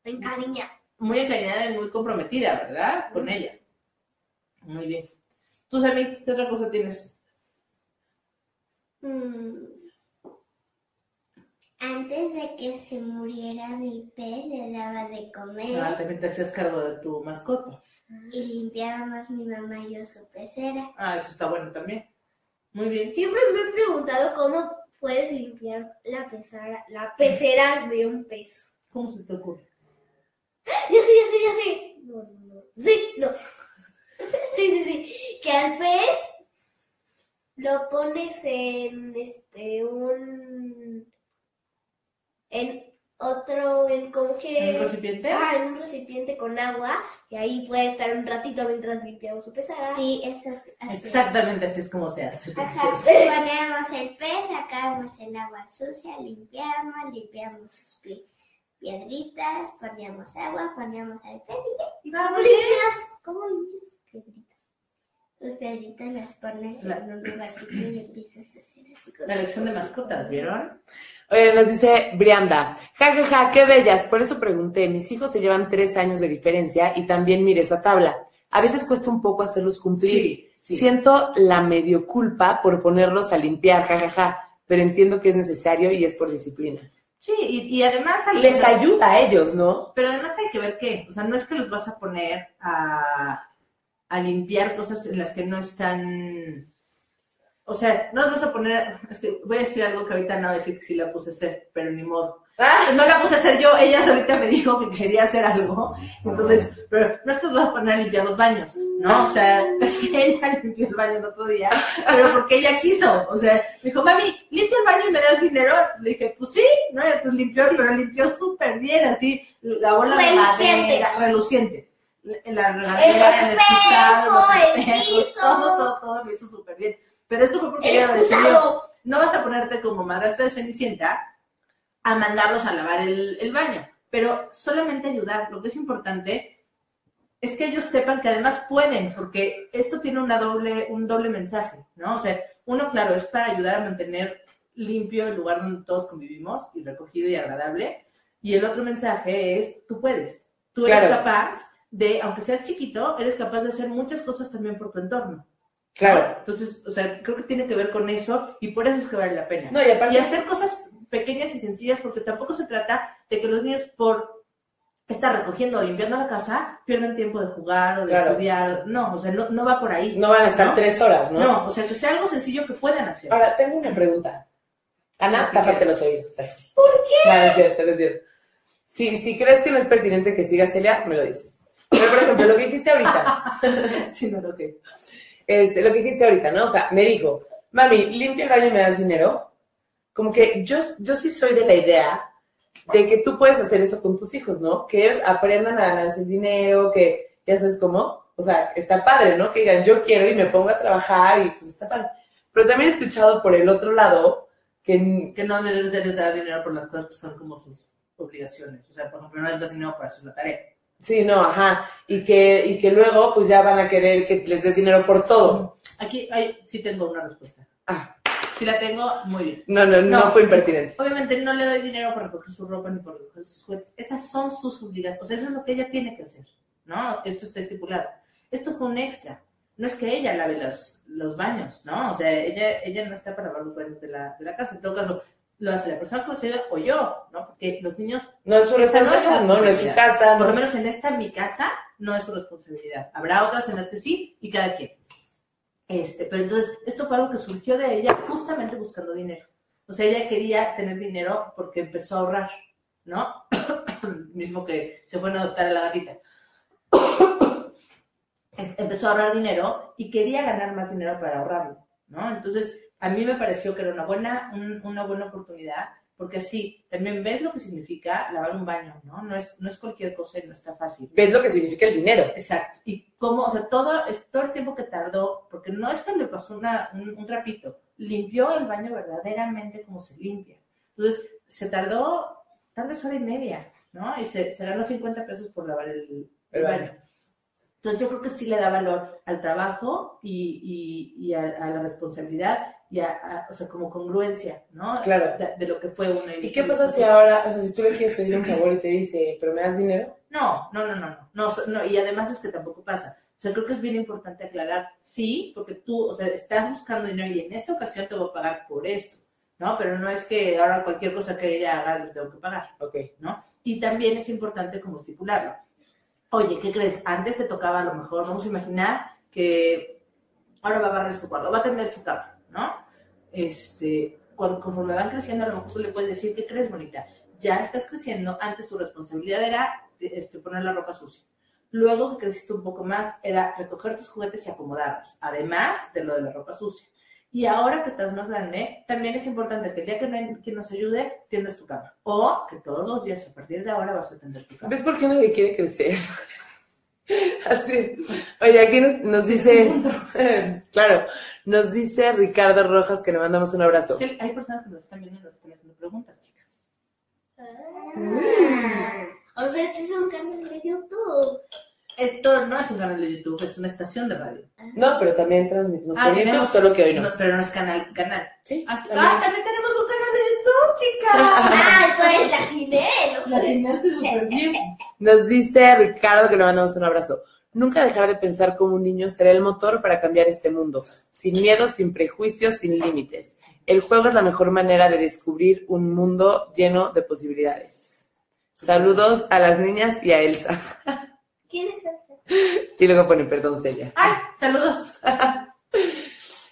[SPEAKER 5] Encariña.
[SPEAKER 2] muy encañada y muy comprometida, ¿verdad? Con ella. Muy bien. Tú, Sammy, ¿qué otra cosa tienes?
[SPEAKER 5] Mm,
[SPEAKER 3] Antes de que se muriera mi pez, le daba de comer
[SPEAKER 2] Ah, también te hacías cargo de tu mascota.
[SPEAKER 3] y limpiábamos mi mamá y yo su pecera.
[SPEAKER 2] Ah, eso está bueno también. Muy bien.
[SPEAKER 5] Siempre me he preguntado cómo puedes limpiar la pecera, la pecera de un pez.
[SPEAKER 2] ¿Cómo se te ocurre?
[SPEAKER 5] Ya sé, ya sé, ya sé. No, no, no. Sí, no. Sí, sí, sí. Que al pez lo pones en este un en otro en como que
[SPEAKER 2] ¿En un recipiente?
[SPEAKER 5] Ah, en un recipiente con agua y ahí puede estar un ratito mientras limpiamos su pecera.
[SPEAKER 3] Sí, eso es así.
[SPEAKER 2] Exactamente así es como se hace.
[SPEAKER 3] Ajá, poníamos el pez, sacábamos el agua sucia, limpiamos, limpiamos sus pi- piedritas, poníamos agua, poníamos al pez y ya.
[SPEAKER 2] Y va,
[SPEAKER 3] ¿Cómo
[SPEAKER 2] muy bien.
[SPEAKER 3] limpias? ¿Cómo limpias sus piedritas? Sus piedritas las pones
[SPEAKER 2] La-
[SPEAKER 3] en un lugarcito y empiezas a hacer así con
[SPEAKER 2] La lección de mascotas, ¿vieron?
[SPEAKER 4] Oye, nos dice Brianda, ja, ja, ja, qué bellas. Por eso pregunté, mis hijos se llevan tres años de diferencia y también mire esa tabla. A veces cuesta un poco hacerlos cumplir.
[SPEAKER 2] Sí, sí.
[SPEAKER 4] Siento la medio culpa por ponerlos a limpiar, ja, ja, ja, pero entiendo que es necesario y es por disciplina.
[SPEAKER 2] Sí, y, y además hay
[SPEAKER 4] Les ayuda a ellos, ¿no?
[SPEAKER 2] Pero además hay que ver qué. O sea, no es que los vas a poner a, a limpiar cosas en las que no están. O sea, no los vas a poner. Es que voy a decir algo que ahorita no voy a decir que sí la puse a hacer, pero ni modo. Pues No la puse a hacer yo, ella solita me dijo que quería hacer algo. Entonces, pero no es que los vas a poner a limpiar los baños, ¿no? O sea, es que ella limpió el baño el otro día, pero porque ella quiso. O sea, me dijo, mami, limpia el baño y me das dinero. Le dije, pues sí, ¿no? Y entonces limpió, pero limpió súper bien, así, lavó la
[SPEAKER 5] Reluciente.
[SPEAKER 2] reluciente. reluciente. La
[SPEAKER 5] El
[SPEAKER 2] regadera, el excusado, los
[SPEAKER 5] espejo, el
[SPEAKER 2] espejos,
[SPEAKER 5] piso.
[SPEAKER 2] todo, todo, todo lo hizo súper bien. Pero esto fue porque
[SPEAKER 5] El
[SPEAKER 2] ella decidió,
[SPEAKER 5] excusado.
[SPEAKER 2] no vas a ponerte como madrastra de Cenicienta a mandarlos a lavar el, el baño, pero solamente ayudar. Lo que es importante es que ellos sepan que además pueden, porque esto tiene una doble, un doble mensaje, ¿no? O sea, uno, claro, es para ayudar a mantener limpio el lugar donde todos convivimos y recogido y agradable. Y el otro mensaje es, tú puedes, tú eres
[SPEAKER 4] Claro.
[SPEAKER 2] capaz de, aunque seas chiquito, eres capaz de hacer muchas cosas también por tu entorno. ¿no? Entonces, o sea, creo que tiene que ver con eso y por eso es que vale la pena.
[SPEAKER 4] No, y aparte,
[SPEAKER 2] Y hacer cosas pequeñas y sencillas, porque tampoco se trata de que los niños, por estar recogiendo o limpiando la casa, pierdan tiempo de jugar o de
[SPEAKER 4] Claro.
[SPEAKER 2] estudiar. No, o sea, no, no va por ahí.
[SPEAKER 4] no van a estar
[SPEAKER 2] ¿No?
[SPEAKER 4] tres horas, ¿no?
[SPEAKER 2] No, o sea, que sea algo sencillo que puedan hacer.
[SPEAKER 4] Ahora, tengo una pregunta. Ana,
[SPEAKER 2] Así
[SPEAKER 4] tápate
[SPEAKER 2] que-
[SPEAKER 4] los oídos. Ay, sí. No, no es cierto, no es cierto. Si, si crees que no es pertinente que siga Celia, me lo dices. Pero, por ejemplo, lo que dijiste ahorita,
[SPEAKER 2] Sí, no lo que.
[SPEAKER 4] este, lo que dijiste ahorita, ¿no? O sea, me dijo, mami, limpia el baño y me das dinero. Como que yo, yo sí soy de la idea de que tú puedes hacer eso con tus hijos, ¿no? Que ellos aprendan a ganarse el dinero, que ya sabes cómo. O sea, está padre, ¿no? Que digan, yo quiero y me pongo a trabajar y pues está padre. Pero también he escuchado por el otro lado que
[SPEAKER 2] Que no les debes dar dinero por las cosas que son como sus obligaciones. O sea, por ejemplo, no les das dinero para hacer la tarea.
[SPEAKER 4] Sí, no, ajá. Y que, y que luego, pues ya van a querer que les des dinero por todo.
[SPEAKER 2] Aquí hay- sí tengo una respuesta.
[SPEAKER 4] Ah,
[SPEAKER 2] Sí la tengo, muy bien.
[SPEAKER 4] no, no, no,
[SPEAKER 2] No.
[SPEAKER 4] fue impertinente.
[SPEAKER 2] Obviamente no le doy dinero para recoger su ropa ni por recoger sus juguetes. Esas son sus obligaciones. O sea, eso es lo que ella tiene que hacer. ¿No? Esto está estipulado. Esto fue un extra. No es que ella lave los, los baños, ¿no? O sea, ella, ella no está para lavar los baños de la, de la casa. En todo caso, lo hace la persona conocida o yo, ¿no? Porque los niños
[SPEAKER 4] No es su
[SPEAKER 2] Esta no es
[SPEAKER 4] responsabilidad, no, no es su
[SPEAKER 2] responsabilidad.
[SPEAKER 4] casa,
[SPEAKER 2] por lo
[SPEAKER 4] no.
[SPEAKER 2] menos en esta mi casa no es su responsabilidad. Habrá otras en las que sí y cada quien. Este, pero entonces esto fue algo que surgió de ella justamente buscando dinero. O sea, ella quería tener dinero porque empezó a ahorrar, ¿no? pues, Mismo que se fue a adoptar a la gatita. Es- empezó a ahorrar dinero y quería ganar más dinero para ahorrarlo, ¿no? Entonces, a mí me pareció que era una buena, un- una buena oportunidad porque así también ves lo que significa lavar un baño, ¿no? No es, no es cualquier cosa y no está fácil.
[SPEAKER 4] ¿Ves lo que significa el dinero?
[SPEAKER 2] Exacto. Y cómo, o sea, todo, es- todo el tiempo que tardó, porque no es que le pasó una, un, un trapito, limpió el baño verdaderamente como se limpia. Entonces, se tardó tal vez hora y media, ¿no? Y se, se ganó 50 pesos por lavar el, el
[SPEAKER 4] El baño.
[SPEAKER 2] baño. Entonces, yo creo que sí le da valor al trabajo y, y- y a, a la responsabilidad y a, a- o sea, como congruencia, ¿no?
[SPEAKER 4] Claro.
[SPEAKER 2] De, de lo que fue una
[SPEAKER 4] ¿Y qué pasa si ahora, o sea, si tú le quieres pedir un favor y te dice, pero me das dinero?
[SPEAKER 2] No, no, no, no, no, no, so- no, y además es que tampoco pasa. O sea, creo que es bien importante aclarar, sí, porque tú, o sea, estás buscando dinero y en esta ocasión te voy a pagar por esto. ¿no? Pero no es que ahora cualquier cosa que ella haga le tengo que pagar,
[SPEAKER 4] Ok.
[SPEAKER 2] ¿no? Y también es importante como estipularlo. Oye, ¿qué crees? Antes te tocaba a lo mejor, vamos a imaginar que ahora va a barrer su cuarto, va a tender su cama, ¿no? Este, cuando, conforme van creciendo, a lo mejor tú le puedes decir, ¿qué crees, bonita? Ya estás creciendo, antes tu responsabilidad era este, poner la ropa sucia. Luego que creciste un poco más, era recoger tus juguetes y acomodarlos, además de lo de la ropa sucia. Y ahora que estás más grande, también es importante que el día que no hay quien nos ayude, tiendas tu cama. O que todos los días, a partir de ahora, vas a tender tu cama.
[SPEAKER 4] ¿Ves por qué nadie quiere crecer? Así. Oye, aquí nos, nos dice, claro, nos dice Ricardo Rojas que le mandamos un abrazo.
[SPEAKER 2] Que Hay personas que nos están viendo y nos están haciendo preguntas, chicas. Mm.
[SPEAKER 3] O sea, este es un canal de YouTube.
[SPEAKER 2] Esto no es un canal de YouTube, es una estación de radio.
[SPEAKER 4] No, pero también transmitimos
[SPEAKER 2] Ah,
[SPEAKER 4] por YouTube,
[SPEAKER 2] tenemos-
[SPEAKER 4] solo que hoy no.
[SPEAKER 2] No, pero no es canal, canal.
[SPEAKER 4] Sí,
[SPEAKER 2] Ah, sí.
[SPEAKER 4] también.
[SPEAKER 2] Ah, también tenemos un canal de YouTube, chicas.
[SPEAKER 3] Ah, tú eres la pues. Ginelo.
[SPEAKER 2] La gimnaste súper bien.
[SPEAKER 4] Nos dice Ricardo que le mandamos un abrazo. Nunca dejar de pensar como un niño será el motor para cambiar este mundo, sin miedo, sin prejuicios, sin límites. El juego es la mejor manera de descubrir un mundo lleno de posibilidades. Saludos a las niñas y a Elsa.
[SPEAKER 3] ¿Quién es Elsa?
[SPEAKER 4] Y luego pone, perdón, Celia.
[SPEAKER 2] Ay, saludos.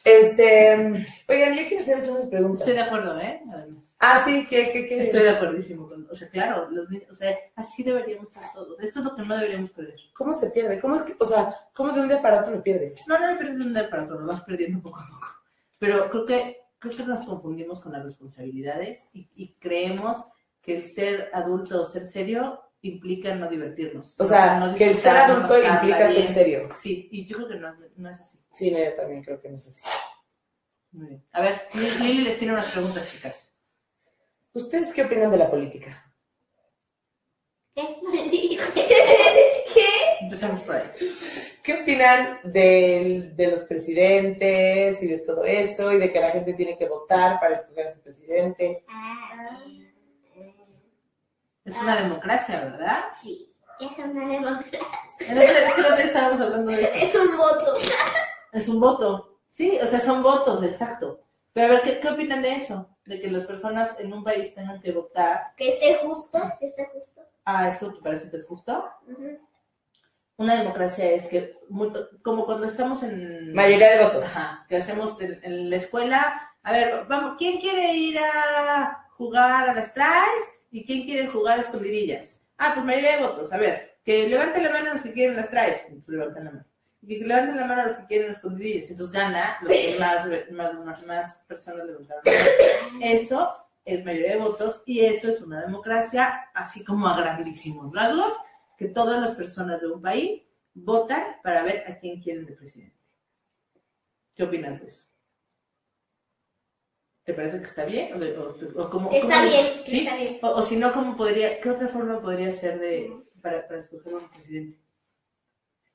[SPEAKER 4] Este, oigan, yo quiero hacerles unas preguntas.
[SPEAKER 2] Estoy de acuerdo, ¿eh? Además.
[SPEAKER 4] Ah, sí, ¿qué, qué, qué?
[SPEAKER 2] Estoy de acuerdísimo con, o sea, claro, los niños, o sea, así deberíamos estar todos. Esto es lo que no deberíamos perder.
[SPEAKER 4] ¿Cómo se pierde? ¿Cómo es que, o sea, cómo de un día para otro lo pierdes?
[SPEAKER 2] No, no lo pierdes de un día para otro, lo vas perdiendo poco a poco. Pero creo que, creo que nos confundimos con las responsabilidades y, y creemos que el ser adulto o ser serio implica no divertirnos.
[SPEAKER 4] O sea,
[SPEAKER 2] No
[SPEAKER 4] que el ser
[SPEAKER 2] disfrutar, no
[SPEAKER 4] adulto
[SPEAKER 2] pasarla
[SPEAKER 4] implica ser
[SPEAKER 2] bien.
[SPEAKER 4] serio.
[SPEAKER 2] Sí, y yo creo que no, no es así.
[SPEAKER 4] Sí, no, yo también creo que no es así.
[SPEAKER 2] Muy bien. A ver, Lili- Lili les tiene unas preguntas, chicas.
[SPEAKER 4] ¿Ustedes qué opinan de la política?
[SPEAKER 3] Es malísimo.
[SPEAKER 2] Empecemos por ahí.
[SPEAKER 4] ¿Qué opinan del- de los presidentes y de todo eso y de que la gente tiene que votar para escoger a su presidente?
[SPEAKER 3] Ah,
[SPEAKER 2] Es una democracia, ¿verdad?
[SPEAKER 3] sí. Es una democracia.
[SPEAKER 2] En este- este otro día estábamos hablando de eso.
[SPEAKER 3] Es un voto.
[SPEAKER 2] Es un voto. Sí, o sea, son votos, exacto. Pero a ver, ¿qué, qué opinan de eso? De que las personas en un país tengan que votar.
[SPEAKER 3] Que esté justo. Que esté justo.
[SPEAKER 2] ¿A eso te parece que es justo?
[SPEAKER 3] Ujú.
[SPEAKER 2] Una democracia es que, muy- como cuando estamos en...
[SPEAKER 4] Mayoría de votos.
[SPEAKER 2] Ajá, que hacemos en, en la escuela. A ver, vamos, ¿quién quiere ir a jugar a las traes? ¿Y quién quiere jugar a escondidillas? Ah, pues mayoría de votos. A ver, que levanten la mano los que quieren las traes. Entonces levantan la mano. Y que levanten la mano los que quieren escondidillas. Entonces gana los que más, más, más, más personas levantaron la mano. Eso es mayoría de votos y eso es una democracia, así como a grandísimos rasgos, que todas las personas de un país votan para ver a quién quieren de presidente. ¿Qué opinas de eso? ¿Te parece que está bien? ¿O, o- o cómo-
[SPEAKER 3] Está
[SPEAKER 2] cómo-
[SPEAKER 3] bien,
[SPEAKER 2] ¿sí?
[SPEAKER 3] está bien.
[SPEAKER 2] O, o si no, ¿cómo podría, qué otra forma podría ser de para, para escoger un presidente?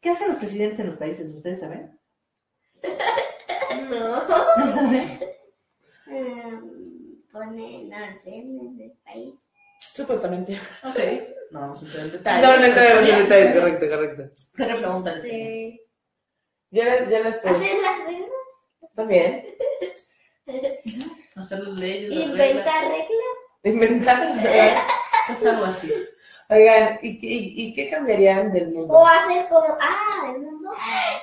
[SPEAKER 2] ¿Qué hacen los presidentes en los países? ¿Ustedes saben?
[SPEAKER 3] No.
[SPEAKER 2] ¿No saben?
[SPEAKER 3] Mm, Pone en orden en el país.
[SPEAKER 4] Supuestamente.
[SPEAKER 2] Ok. No vamos a entrar en detalle.
[SPEAKER 4] No, no entraremos en detalles, correcto, correcto.
[SPEAKER 2] ¿Qué otra pregunta les tienes?
[SPEAKER 3] Sí.
[SPEAKER 4] Yo, les- yo les pregunto.
[SPEAKER 3] Hacer las reglas.
[SPEAKER 4] También.
[SPEAKER 2] No sé, las leyes, las reglas,
[SPEAKER 3] Inventar reglas.
[SPEAKER 4] Inventar.
[SPEAKER 2] es algo así.
[SPEAKER 4] Oigan, ¿y, qué- y, y qué cambiarían del mundo?
[SPEAKER 3] O hacer como. Ah, el mundo.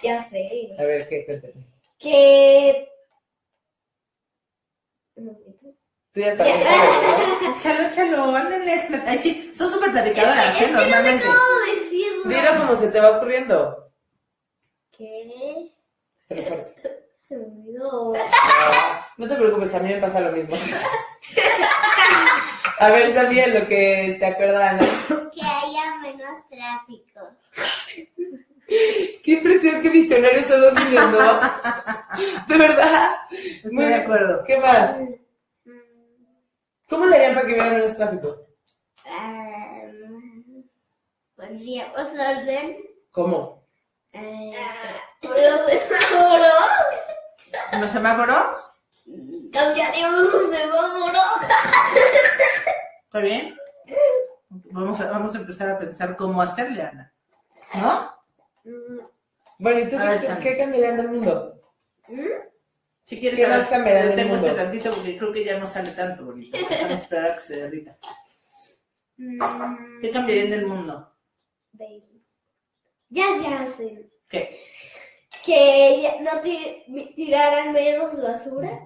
[SPEAKER 3] Ya sé.
[SPEAKER 4] A ver, ¿qué? Cuéntame.
[SPEAKER 3] Que.
[SPEAKER 4] Tú ya también sabes,
[SPEAKER 2] Chalo, chalo, ándenle. Ay, sí, son súper
[SPEAKER 3] Es
[SPEAKER 2] platicadoras,
[SPEAKER 3] que
[SPEAKER 2] ¿eh?
[SPEAKER 3] no sé
[SPEAKER 2] Normalmente.
[SPEAKER 3] cómo decirlo.
[SPEAKER 4] ¿no? Dilo como se te va ocurriendo.
[SPEAKER 3] Que.
[SPEAKER 4] Pero fuerte.
[SPEAKER 3] Se me olvidó.
[SPEAKER 4] Ah, No te preocupes, a mí me pasa lo mismo. A ver, también lo que te acuerdan.
[SPEAKER 3] Que haya menos tráfico.
[SPEAKER 4] Qué impresión, qué visionarios son los niños, ¿no? De verdad.
[SPEAKER 2] Estoy
[SPEAKER 4] Muy
[SPEAKER 2] de
[SPEAKER 4] bien.
[SPEAKER 2] acuerdo.
[SPEAKER 4] ¿Qué más?
[SPEAKER 3] Mm,
[SPEAKER 4] ¿Cómo le harían para que hubiera menos tráfico?
[SPEAKER 3] ah, mm, Pondríamos orden.
[SPEAKER 4] ¿Cómo?
[SPEAKER 3] eh,
[SPEAKER 2] Ah.
[SPEAKER 3] Los semáforos.
[SPEAKER 2] ¿En los semáforos?
[SPEAKER 3] Cambiaríamos los semáforos.
[SPEAKER 2] ¿Está bien? Vamos a, vamos a empezar a pensar cómo hacerle, Ana. ¿No?
[SPEAKER 3] Mm,
[SPEAKER 4] Bueno, ¿y tú
[SPEAKER 2] Mm. A ver,
[SPEAKER 4] qué,
[SPEAKER 2] Sam.
[SPEAKER 4] qué cambiarían del mundo?
[SPEAKER 3] mm,
[SPEAKER 2] Si quieres,
[SPEAKER 4] ¿Qué más cambiará en el
[SPEAKER 2] detengo este
[SPEAKER 4] mundo?
[SPEAKER 2] tantito porque creo que ya no sale tanto bonito. Vamos a esperar a que se derrita.
[SPEAKER 5] Mm,
[SPEAKER 2] ¿Qué cambiaría en el mundo?
[SPEAKER 5] baby. Ya, ya sé.
[SPEAKER 2] ¿Qué?
[SPEAKER 5] Que ya no ti- mi- tiraran menos basura.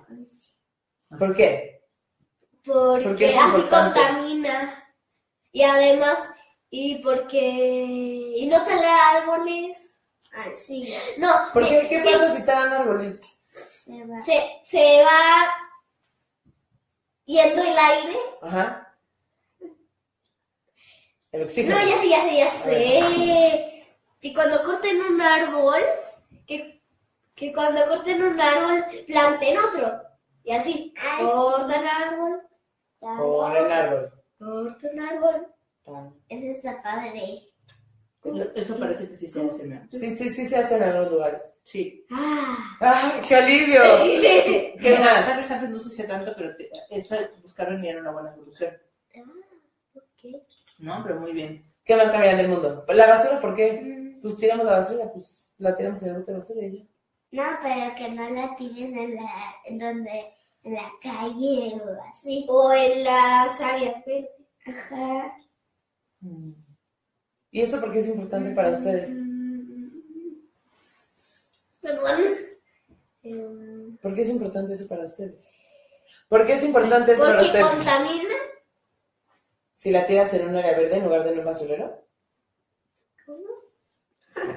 [SPEAKER 4] ¿Por qué?
[SPEAKER 5] Porque,
[SPEAKER 4] Porque es
[SPEAKER 5] así
[SPEAKER 4] importante.
[SPEAKER 5] contamina. Y además, y porque. Y no talar árboles. Ay, sí. No,
[SPEAKER 4] Porque, ¿qué
[SPEAKER 5] sí,
[SPEAKER 4] pasa si talan árboles?
[SPEAKER 3] Se va.
[SPEAKER 5] Se, se va yendo el aire.
[SPEAKER 4] Ajá. El oxígeno.
[SPEAKER 5] No, ya sé, ya sé, ya
[SPEAKER 4] A
[SPEAKER 5] sé. Que cuando corten un árbol, que, que cuando corten un árbol, planten otro. Y así,
[SPEAKER 3] Ay,
[SPEAKER 5] cortan árbol,
[SPEAKER 4] Por el árbol.
[SPEAKER 5] cortan árbol.
[SPEAKER 4] Tan.
[SPEAKER 3] Ese está padre.
[SPEAKER 2] Eso- Eso parece que sí se hace, ¿no?
[SPEAKER 4] Sí, sí, sí se hace en algunos lugares.
[SPEAKER 2] Sí.
[SPEAKER 5] Ah,
[SPEAKER 4] ¡Ay, qué alivio!
[SPEAKER 2] Que
[SPEAKER 4] ¿Qué más?
[SPEAKER 2] tal vez antes no se hacía tanto, pero te- eso buscaron y era una buena solución.
[SPEAKER 3] Ah,
[SPEAKER 5] ok.
[SPEAKER 2] No, pero muy bien.
[SPEAKER 4] ¿Qué más cambiará del mundo? ¿La basura por qué?
[SPEAKER 5] Mm,
[SPEAKER 4] Pues tiramos la basura, pues la tiramos en el bote de basura y ya.
[SPEAKER 3] No, pero que no la tiren en la, en donde, en la calle o así.
[SPEAKER 5] O en las áreas verdes.
[SPEAKER 3] Ajá.
[SPEAKER 4] Mm. ¿Y eso por qué es importante para ustedes?
[SPEAKER 5] Mm, Perdón. Em,
[SPEAKER 4] ¿Por qué es importante eso para ustedes? ¿Por qué es importante eso para
[SPEAKER 5] Porque
[SPEAKER 4] ustedes?
[SPEAKER 5] contamina.
[SPEAKER 4] Si la tiras en un área verde en lugar de en un basurero.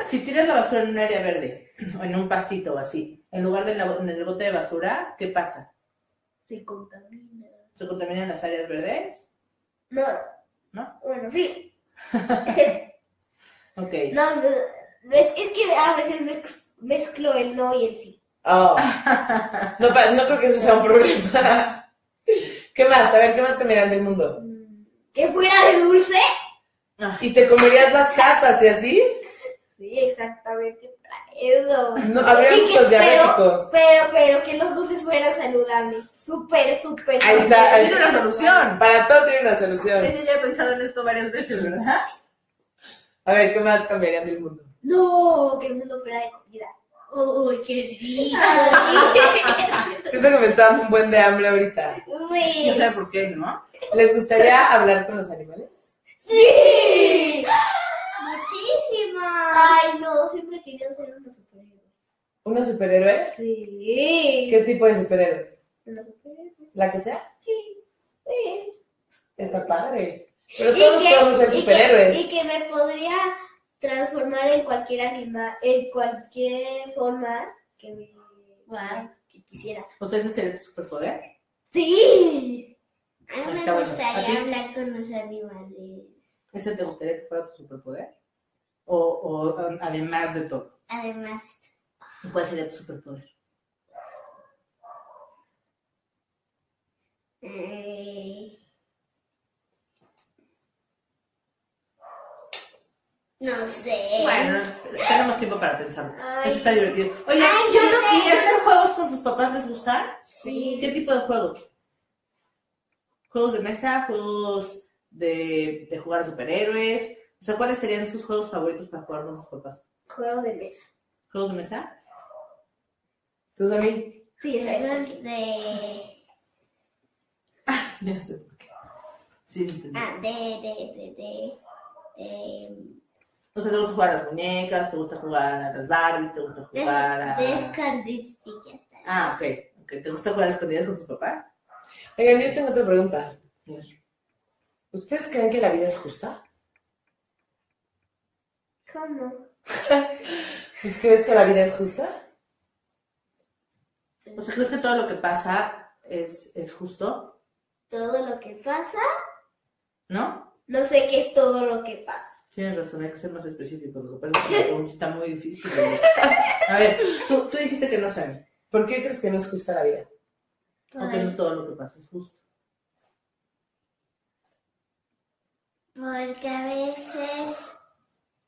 [SPEAKER 2] Si tiras la basura en un área verde o en un pastito o así, en lugar de la- en el bote de basura, ¿qué pasa?
[SPEAKER 5] Se contamina.
[SPEAKER 2] ¿Se contaminan las áreas verdes?
[SPEAKER 5] No.
[SPEAKER 2] ¿No?
[SPEAKER 5] Bueno, sí.
[SPEAKER 2] Ok.
[SPEAKER 5] No, no, no, es, es que a veces mez- mezclo el no y el sí.
[SPEAKER 4] Oh. No, pa- no creo que eso sea un problema. ¿Qué más? A ver, ¿qué más comerán del mundo?
[SPEAKER 5] Mm, ¿Que fuera de dulce?
[SPEAKER 4] ¿Y te comerías las casas y así?
[SPEAKER 5] Sí, exactamente para eso.
[SPEAKER 4] No, habría
[SPEAKER 5] Y que-
[SPEAKER 4] muchos diabéticos.
[SPEAKER 5] Pero, pero, pero que los dulces fueran saludables. Súper, súper.
[SPEAKER 4] Ahí está.
[SPEAKER 2] Tiene una solución.
[SPEAKER 4] Para todo tiene una solución.
[SPEAKER 2] Ella ya ha pensado en esto varias veces, ¿verdad?
[SPEAKER 4] A ver, ¿qué más comerían del mundo?
[SPEAKER 5] No, que el mundo fuera de comida. Uy, qué rico.
[SPEAKER 4] Siento que me está dando un buen de hambre ahorita.
[SPEAKER 2] No
[SPEAKER 5] Uy.
[SPEAKER 2] sé por qué, ¿no?
[SPEAKER 4] ¿Les gustaría hablar con los animales?
[SPEAKER 5] Sí.
[SPEAKER 3] Muchísimas.
[SPEAKER 5] Ay, no, siempre quería ser una superhéroe.
[SPEAKER 4] ¿Una superhéroe?
[SPEAKER 5] Sí.
[SPEAKER 4] ¿Qué tipo de superhéroe?
[SPEAKER 5] Una superhéroe.
[SPEAKER 4] ¿La que sea?
[SPEAKER 5] Sí. Sí.
[SPEAKER 4] Está padre. Pero todos podemos ser
[SPEAKER 5] y que-
[SPEAKER 4] superhéroes.
[SPEAKER 5] y que me podría transformar en cualquier animal, en cualquier forma que me
[SPEAKER 3] Guau.
[SPEAKER 5] que quisiera.
[SPEAKER 2] O sea, ese es el superpoder.
[SPEAKER 5] Sí.
[SPEAKER 3] A mí
[SPEAKER 2] Está
[SPEAKER 3] me
[SPEAKER 2] bueno. ¿A ti?
[SPEAKER 3] gustaría hablar con los animales.
[SPEAKER 2] ¿Ese te gustaría que fuera tu superpoder? O, o um, además de todo.
[SPEAKER 3] Además,
[SPEAKER 2] ¿Y ¿Cuál sería tu superpoder?
[SPEAKER 3] eh, no sé.
[SPEAKER 2] Bueno, tenemos tiempo para pensarlo.
[SPEAKER 3] Ay.
[SPEAKER 2] Eso está divertido. Oye,
[SPEAKER 3] Ay,
[SPEAKER 2] yo
[SPEAKER 3] no
[SPEAKER 2] no-
[SPEAKER 3] sé.
[SPEAKER 2] ¿y hacer juegos con sus papás les gusta?
[SPEAKER 5] Sí.
[SPEAKER 2] ¿Qué tipo de juegos? ¿Juegos de mesa? ¿Juegos de, de jugar a superhéroes? O sea, ¿cuáles serían sus juegos favoritos para jugar con sus papás?
[SPEAKER 5] Juegos de mesa.
[SPEAKER 2] ¿Juegos de mesa?
[SPEAKER 4] ¿Tú también?
[SPEAKER 5] Sí, esa es
[SPEAKER 3] Juegos de,
[SPEAKER 2] Ya sé por qué. Sí, entendí.
[SPEAKER 3] ah, de, de, de, de, de,
[SPEAKER 2] O sea, ¿te gusta jugar a las muñecas? ¿Te gusta jugar a las Barbies? ¿Te gusta
[SPEAKER 3] de,
[SPEAKER 2] jugar a...?
[SPEAKER 3] de escondidillas.
[SPEAKER 2] Ah, ok. ok. ¿Te gusta jugar a escondidas con tus papás?
[SPEAKER 4] Oigan, yo tengo otra pregunta. ¿Ustedes creen que la vida es justa?
[SPEAKER 5] ¿Cómo?
[SPEAKER 4] ¿Pues crees que la vida es justa?
[SPEAKER 2] O sea, ¿crees que todo lo que pasa es, es justo?
[SPEAKER 5] Todo lo que pasa.
[SPEAKER 2] ¿No?
[SPEAKER 5] No sé qué es todo lo que pasa.
[SPEAKER 2] Tienes razón, hay que ser más específico. Lo que pasa es que la pregunta está muy difícil. ¿no? A ver, tú, tú dijiste que no saben.
[SPEAKER 4] ¿Por qué crees que no es justa la vida?
[SPEAKER 2] Porque no todo lo que pasa es justo.
[SPEAKER 3] Porque a veces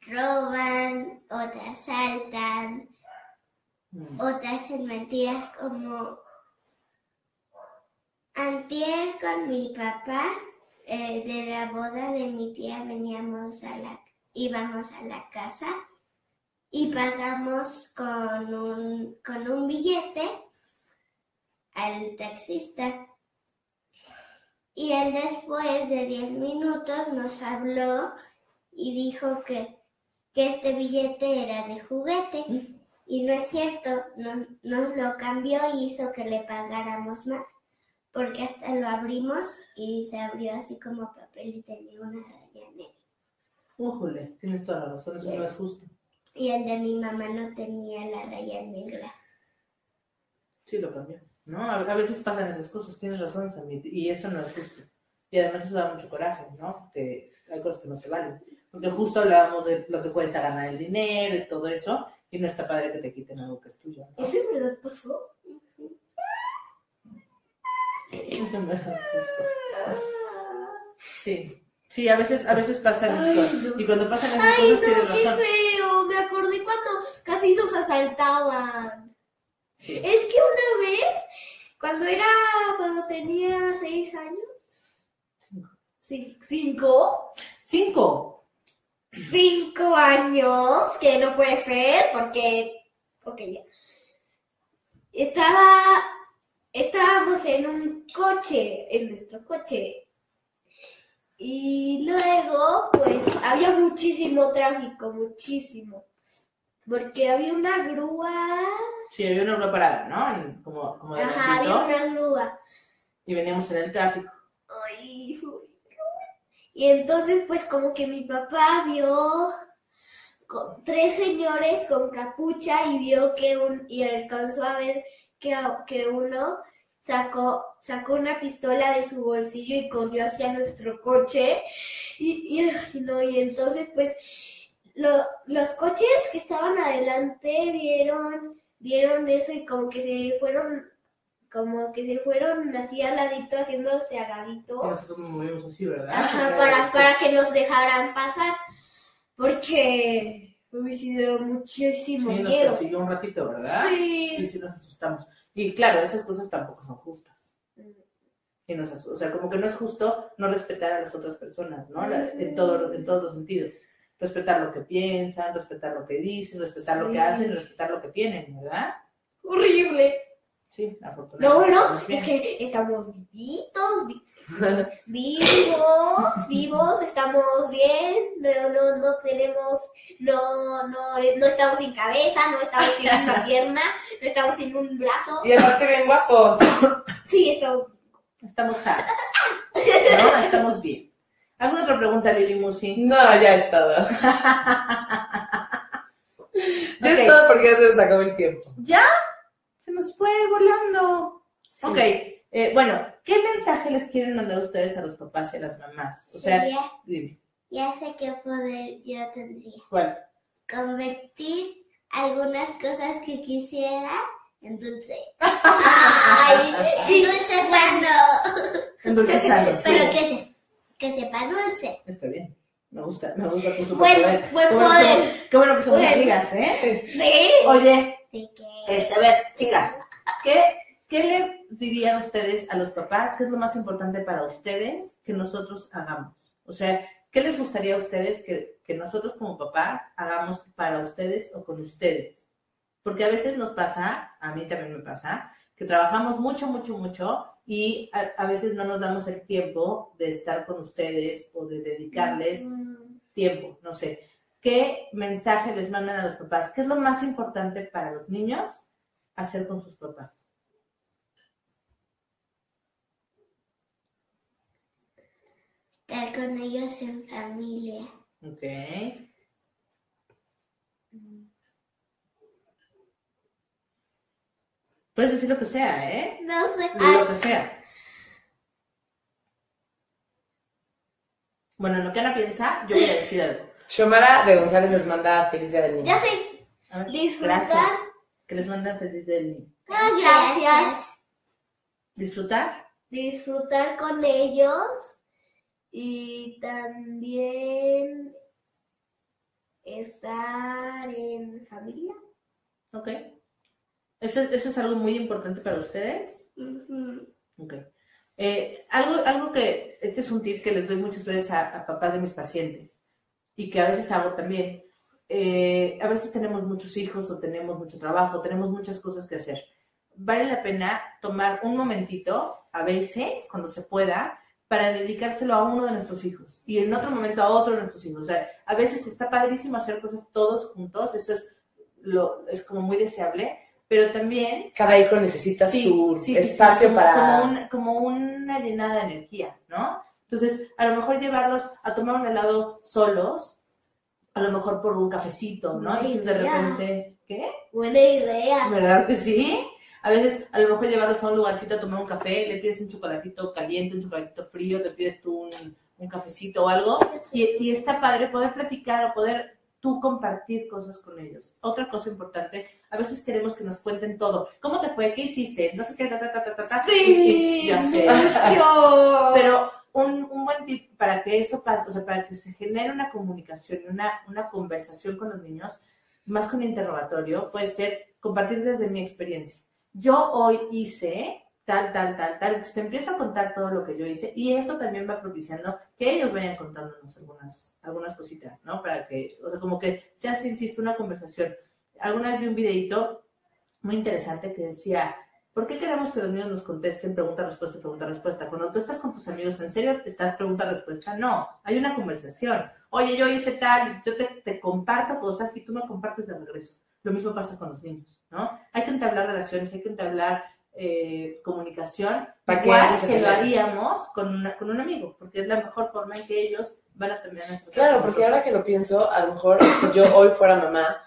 [SPEAKER 3] roban, otras saltan,
[SPEAKER 2] Mm.
[SPEAKER 3] otras hacen mentiras como antier con mi papá eh, de la boda de mi tía veníamos a la íbamos a la casa y pagamos con un con un billete al taxista. Y él después de 10 minutos nos habló y dijo que, que este billete era de juguete.
[SPEAKER 2] Mm.
[SPEAKER 3] Y no es cierto, no- nos lo cambió y hizo que le pagáramos más. Porque hasta lo abrimos y se abrió así como papel y tenía una raya negra.
[SPEAKER 2] Újole, tienes toda la razón, eso no es justo.
[SPEAKER 3] Y el de mi mamá no tenía la raya negra.
[SPEAKER 2] Sí, lo cambió. No, a, a veces pasan esas cosas, tienes razón, Samit, y eso no es justo. Y además eso da mucho coraje, ¿no? Que hay cosas que no se valen. Porque justo hablábamos de lo que cuesta ganar el dinero y todo eso, y no está padre que te quiten algo que es tuyo. ¿no?
[SPEAKER 5] ¿Eso en verdad pasó?
[SPEAKER 2] Eso no es justo.
[SPEAKER 5] Ah,
[SPEAKER 2] Sí. Sí, a veces, a veces pasan esas cosas. Y cuando pasan esas
[SPEAKER 5] ¡Ay,
[SPEAKER 2] cosas
[SPEAKER 5] no,
[SPEAKER 2] tienes
[SPEAKER 5] qué
[SPEAKER 2] razón.
[SPEAKER 5] feo! Me acordé cuando casi nos asaltaban.
[SPEAKER 2] Sí.
[SPEAKER 5] Es que una vez, cuando era, cuando tenía seis años, sí, cinco,
[SPEAKER 2] Cinco.
[SPEAKER 5] cinco años, que no puede ser, porque, ok, ya. Estaba, estábamos en un coche, en nuestro coche. Y luego, pues, había muchísimo tráfico, muchísimo. Porque había una grúa.
[SPEAKER 2] Sí, había una grúa parada, ¿no? En- como, como de
[SPEAKER 5] Ajá,
[SPEAKER 2] ratito,
[SPEAKER 5] había una grúa.
[SPEAKER 2] Y veníamos en el tráfico.
[SPEAKER 5] Ay, hijo. Y entonces, pues, como que mi papá vio con tres señores con capucha y vio que un, y alcanzó a ver que, a- que uno sacó, sacó una pistola de su bolsillo y corrió hacia nuestro coche. Y, y, ay, no, y entonces, pues, lo- los coches que estaban adelante vieron, vieron eso y como que se fueron, como que se fueron así al ladito, haciéndose agadito.
[SPEAKER 2] Y nosotros nos movimos así, ¿verdad?
[SPEAKER 5] Ajá,
[SPEAKER 2] Porque
[SPEAKER 5] para,
[SPEAKER 2] era-
[SPEAKER 5] para que nos dejaran pasar. Porque hubiese sido muchísimo
[SPEAKER 2] Sí, nos
[SPEAKER 5] miedo.
[SPEAKER 2] persiguió un ratito, ¿verdad? Sí,
[SPEAKER 5] Sí.
[SPEAKER 2] sí, nos asustamos. Y claro, esas cosas tampoco son justas. Y nos asu- o sea, como que no es justo no respetar a las otras personas, ¿no? La- en, todo, lo- en todos los sentidos. Respetar lo que piensan, respetar lo que dicen, respetar lo que
[SPEAKER 5] Sí.
[SPEAKER 2] hacen, respetar lo que tienen, ¿verdad?
[SPEAKER 5] Horrible.
[SPEAKER 2] Sí,
[SPEAKER 5] No,
[SPEAKER 2] afortunadamente.
[SPEAKER 5] no,
[SPEAKER 2] estamos bien.
[SPEAKER 5] es que estamos vivitos, vi- vivos, vivos, estamos bien, no, no, no tenemos, no, no, eh, no estamos sin cabeza, no estamos sin una pierna, no estamos sin un brazo.
[SPEAKER 2] Y aparte bien guapos.
[SPEAKER 5] Sí, estamos.
[SPEAKER 2] Estamos sanos. ¿No? Estamos bien. ¿Alguna otra pregunta, Lili Musi?
[SPEAKER 4] No, ya es todo. ya
[SPEAKER 2] Ok.
[SPEAKER 4] es todo porque ya se nos acabó el tiempo.
[SPEAKER 2] ¿Ya? Se nos fue volando. Ok, eh, bueno, ¿qué mensaje les quieren mandar ustedes a los papás y a las mamás? O sea,
[SPEAKER 3] Sería-
[SPEAKER 2] dime,
[SPEAKER 3] ya sé qué poder yo tendría.
[SPEAKER 2] ¿cuál?
[SPEAKER 3] Convertir algunas cosas que quisiera en dulce. ¡Ay! Sí, dulce sano.
[SPEAKER 2] En dulces sanos.
[SPEAKER 3] Pero
[SPEAKER 2] sí.
[SPEAKER 3] que, se- que sepa dulce.
[SPEAKER 2] Está bien. Me gusta, me gusta tu
[SPEAKER 3] Buen-
[SPEAKER 2] superpoder.
[SPEAKER 3] buen
[SPEAKER 2] Qué bueno que
[SPEAKER 3] poder.
[SPEAKER 2] somos- Qué bueno que somos
[SPEAKER 3] Buen-
[SPEAKER 2] amigas, ¿eh?
[SPEAKER 3] Sí.
[SPEAKER 2] Oye,
[SPEAKER 3] De que
[SPEAKER 2] este, a ver, chicas, ¿qué, ¿qué le dirían ustedes a los papás? ¿Qué es lo más importante para ustedes que nosotros hagamos? O sea, ¿qué les gustaría a ustedes que, que nosotros como papás hagamos para ustedes o con ustedes? Porque a veces nos pasa, a mí también me pasa, que trabajamos mucho, mucho, mucho y a, a veces no nos damos el tiempo de estar con ustedes o de dedicarles
[SPEAKER 3] mm,
[SPEAKER 2] tiempo, no sé. ¿Qué mensaje les mandan a los papás? ¿Qué es lo más importante para los niños hacer con sus papás?
[SPEAKER 3] estar con ellos en familia.
[SPEAKER 2] Ok. Puedes decir lo que sea, ¿eh?
[SPEAKER 3] No sé.
[SPEAKER 2] Lo que sea. Bueno, en lo que Ana piensa, yo voy a decir algo.
[SPEAKER 4] Xiomara de González les manda Felicia del Niño.
[SPEAKER 3] ya sé.
[SPEAKER 2] A ver,
[SPEAKER 3] Disfrutar.
[SPEAKER 2] Gracias. Que les mandan feliz del niño.
[SPEAKER 5] Ah,
[SPEAKER 3] Gracias.
[SPEAKER 2] Disfrutar.
[SPEAKER 5] disfrutar con ellos y también estar en familia.
[SPEAKER 2] Ok. ¿Eso, eso es algo muy importante para ustedes?
[SPEAKER 3] Ujú.
[SPEAKER 2] Ok. Eh, algo, algo que, este es un tip que les doy muchas veces a, a papás de mis pacientes y que a veces hago también. Eh, a veces tenemos muchos hijos o tenemos mucho trabajo, tenemos muchas cosas que hacer. vale la pena tomar un momentito, a veces, cuando se pueda, para dedicárselo a uno de nuestros hijos y en otro momento a otro de nuestros hijos. O sea, a veces está padrísimo hacer cosas todos juntos, eso es, lo, es como muy deseable, pero también
[SPEAKER 4] Cada hijo necesita
[SPEAKER 2] Sí,
[SPEAKER 4] su
[SPEAKER 2] sí, sí, sí,
[SPEAKER 4] espacio
[SPEAKER 2] como-
[SPEAKER 4] para...
[SPEAKER 2] Como, un- como una llenada de energía, ¿no? Entonces, a lo mejor llevarlos a tomar un helado solos, a lo mejor por un cafecito, ¿no?
[SPEAKER 3] Buena
[SPEAKER 2] Y entonces de
[SPEAKER 3] idea.
[SPEAKER 2] repente, ¿qué?
[SPEAKER 3] Buena idea.
[SPEAKER 2] ¿Verdad que sí? A veces, a lo mejor llevarlos a un lugarcito a tomar un café, le pides un chocolatito caliente, un chocolatito frío, te pides tú un, un cafecito o algo. Y, y está padre poder platicar o poder tú compartir cosas con ellos. Otra cosa importante, a veces queremos que nos cuenten todo. ¿Cómo te fue? ¿Qué hiciste? No sé qué, ta, ta, ta, ta, ta, ta. Y- y- ya sé.
[SPEAKER 5] Yo.
[SPEAKER 2] Pero un, un buen tip para que eso pase, o sea, para que se genere una comunicación, una, una conversación con los niños, más que un interrogatorio, puede ser compartir desde mi experiencia. Yo hoy hice tal, tal, tal, tal, entonces te empiezo a contar todo lo que yo hice y eso también va propiciando que ellos vayan contándonos algunas, algunas cositas, ¿no? Para que, o sea, como que se hace, insisto, una conversación. Alguna vez vi un videito muy interesante que decía, ¿Por qué queremos que los niños nos contesten pregunta-respuesta, pregunta-respuesta? Cuando tú estás con tus amigos, ¿en serio te estás pregunta-respuesta? No, hay una conversación. Oye, yo hice tal, yo te, te comparto cosas y tú me compartes de regreso. Lo mismo pasa con los niños, ¿no? Hay que entablar relaciones, hay que entablar eh, comunicación,
[SPEAKER 4] ¿Para qué
[SPEAKER 2] igual
[SPEAKER 4] haces
[SPEAKER 2] que
[SPEAKER 4] el
[SPEAKER 2] lo
[SPEAKER 4] regreso?
[SPEAKER 2] haríamos con, una- con un amigo, porque es la mejor forma en que ellos van a terminar nuestra
[SPEAKER 4] Claro, porque ahora que lo pienso, a lo mejor si yo hoy fuera mamá,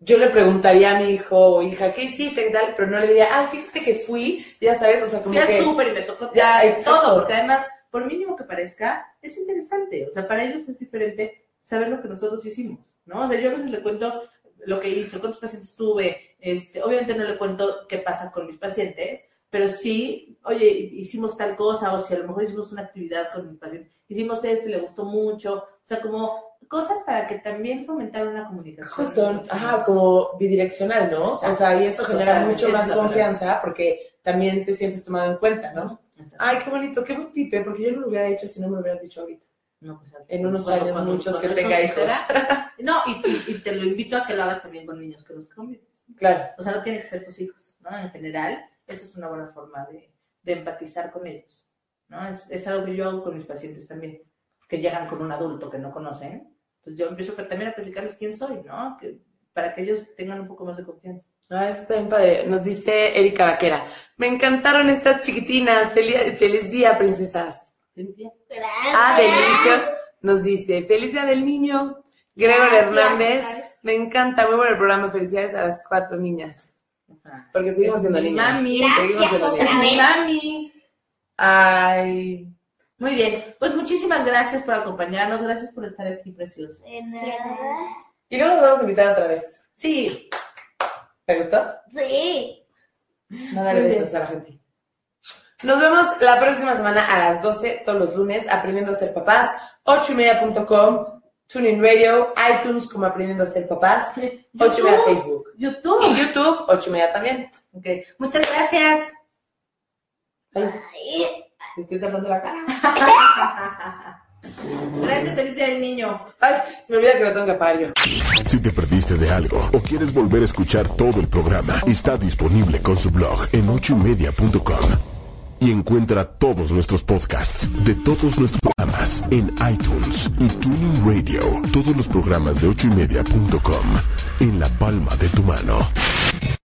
[SPEAKER 4] yo le preguntaría a mi hijo o hija, ¿qué hiciste? ¿Qué tal? Pero no le diría, ah, fíjate que fui, ya sabes, o sea, como
[SPEAKER 2] fui al
[SPEAKER 4] que...
[SPEAKER 2] súper y me tocó
[SPEAKER 4] Ya,
[SPEAKER 2] tal,
[SPEAKER 4] exacto.
[SPEAKER 2] todo, porque además, por mínimo que parezca, es interesante. O sea, para ellos es diferente saber lo que nosotros hicimos, ¿no? O sea, yo a veces le cuento lo que hice, cuántos pacientes tuve, este, obviamente no le cuento qué pasa con mis pacientes, pero sí, oye, hicimos tal cosa, o si a lo mejor hicimos una actividad con mis pacientes, hicimos esto y le gustó mucho, o sea, como cosas para que también fomentar una comunicación.
[SPEAKER 4] Justo, ajá, como bidireccional, ¿no?
[SPEAKER 2] Exacto.
[SPEAKER 4] O sea, y eso genera
[SPEAKER 2] Totalmente,
[SPEAKER 4] mucho
[SPEAKER 2] esa
[SPEAKER 4] más
[SPEAKER 2] es la
[SPEAKER 4] confianza porque también te sientes tomado en cuenta, ¿no?
[SPEAKER 2] Exacto.
[SPEAKER 4] Ay, qué bonito, qué buen tipe, porque yo no lo hubiera hecho si no me lo hubieras dicho ahorita.
[SPEAKER 2] No, pues,
[SPEAKER 4] En unos
[SPEAKER 2] cuando-
[SPEAKER 4] años
[SPEAKER 2] cuando-
[SPEAKER 4] muchos
[SPEAKER 2] cuando
[SPEAKER 4] que
[SPEAKER 2] esto
[SPEAKER 4] tenga hijos.
[SPEAKER 2] suceda- No, y, y- y te lo invito a que lo hagas también con niños que los cambies.
[SPEAKER 4] Claro.
[SPEAKER 2] O sea, no tiene que ser tus hijos, ¿no? En general, esa es una buena forma de, de empatizar con ellos, ¿no? Es, es algo que yo hago con mis pacientes también, que llegan con un adulto que no conocen. Entonces yo empiezo también a platicarles quién soy, ¿no? Que- para que ellos tengan un poco más de confianza.
[SPEAKER 4] Ah, eso está bien padre. Nos dice Erika Vaquera. Me encantaron estas chiquitinas. Feliz, feliz día, princesas.
[SPEAKER 2] Feliz día.
[SPEAKER 3] Gracias.
[SPEAKER 4] Ah, Delicios nos dice, feliz día del niño. Gregor
[SPEAKER 3] Gracias,
[SPEAKER 4] Hernández,
[SPEAKER 3] Gregor.
[SPEAKER 4] me encanta, muy bueno el programa, felicidades a las cuatro niñas.
[SPEAKER 2] Ajá.
[SPEAKER 4] Porque seguimos
[SPEAKER 2] Es
[SPEAKER 4] siendo
[SPEAKER 2] mi
[SPEAKER 4] niñas.
[SPEAKER 2] mami.
[SPEAKER 4] seguimos siendo
[SPEAKER 3] otra
[SPEAKER 4] niñas.
[SPEAKER 3] vez.
[SPEAKER 2] Mami.
[SPEAKER 4] Ay,
[SPEAKER 2] Muy bien, pues muchísimas gracias por acompañarnos, gracias por estar aquí, preciosos.
[SPEAKER 3] De nada.
[SPEAKER 4] y luego nos vamos a invitar otra vez.
[SPEAKER 2] Sí,
[SPEAKER 4] ¿Te gustó?
[SPEAKER 3] Sí.
[SPEAKER 4] Mándale
[SPEAKER 2] Muy
[SPEAKER 4] besos a la gente. Nos vemos la próxima semana a las 12, todos los lunes, aprendiendo a ser papás, 8ymedia.com, TuneIn Radio, iTunes como aprendiendo a ser papás, 8 y media Facebook. Y
[SPEAKER 2] YouTube.
[SPEAKER 4] YouTube, 8 y media también.
[SPEAKER 2] Ok, muchas gracias.
[SPEAKER 4] Ay,
[SPEAKER 3] Ay.
[SPEAKER 4] te estoy tapando la cara.
[SPEAKER 2] Gracias, feliz día del niño.
[SPEAKER 4] Ay, se me olvida que lo tengo que pagar yo.
[SPEAKER 1] Si te perdiste de algo o quieres volver a escuchar todo el programa, está disponible con su blog en ochoymedia.com. Y encuentra todos nuestros podcasts de todos nuestros programas en iTunes y Tuning Radio. Todos los programas de ochoymedia.com en la palma de tu mano.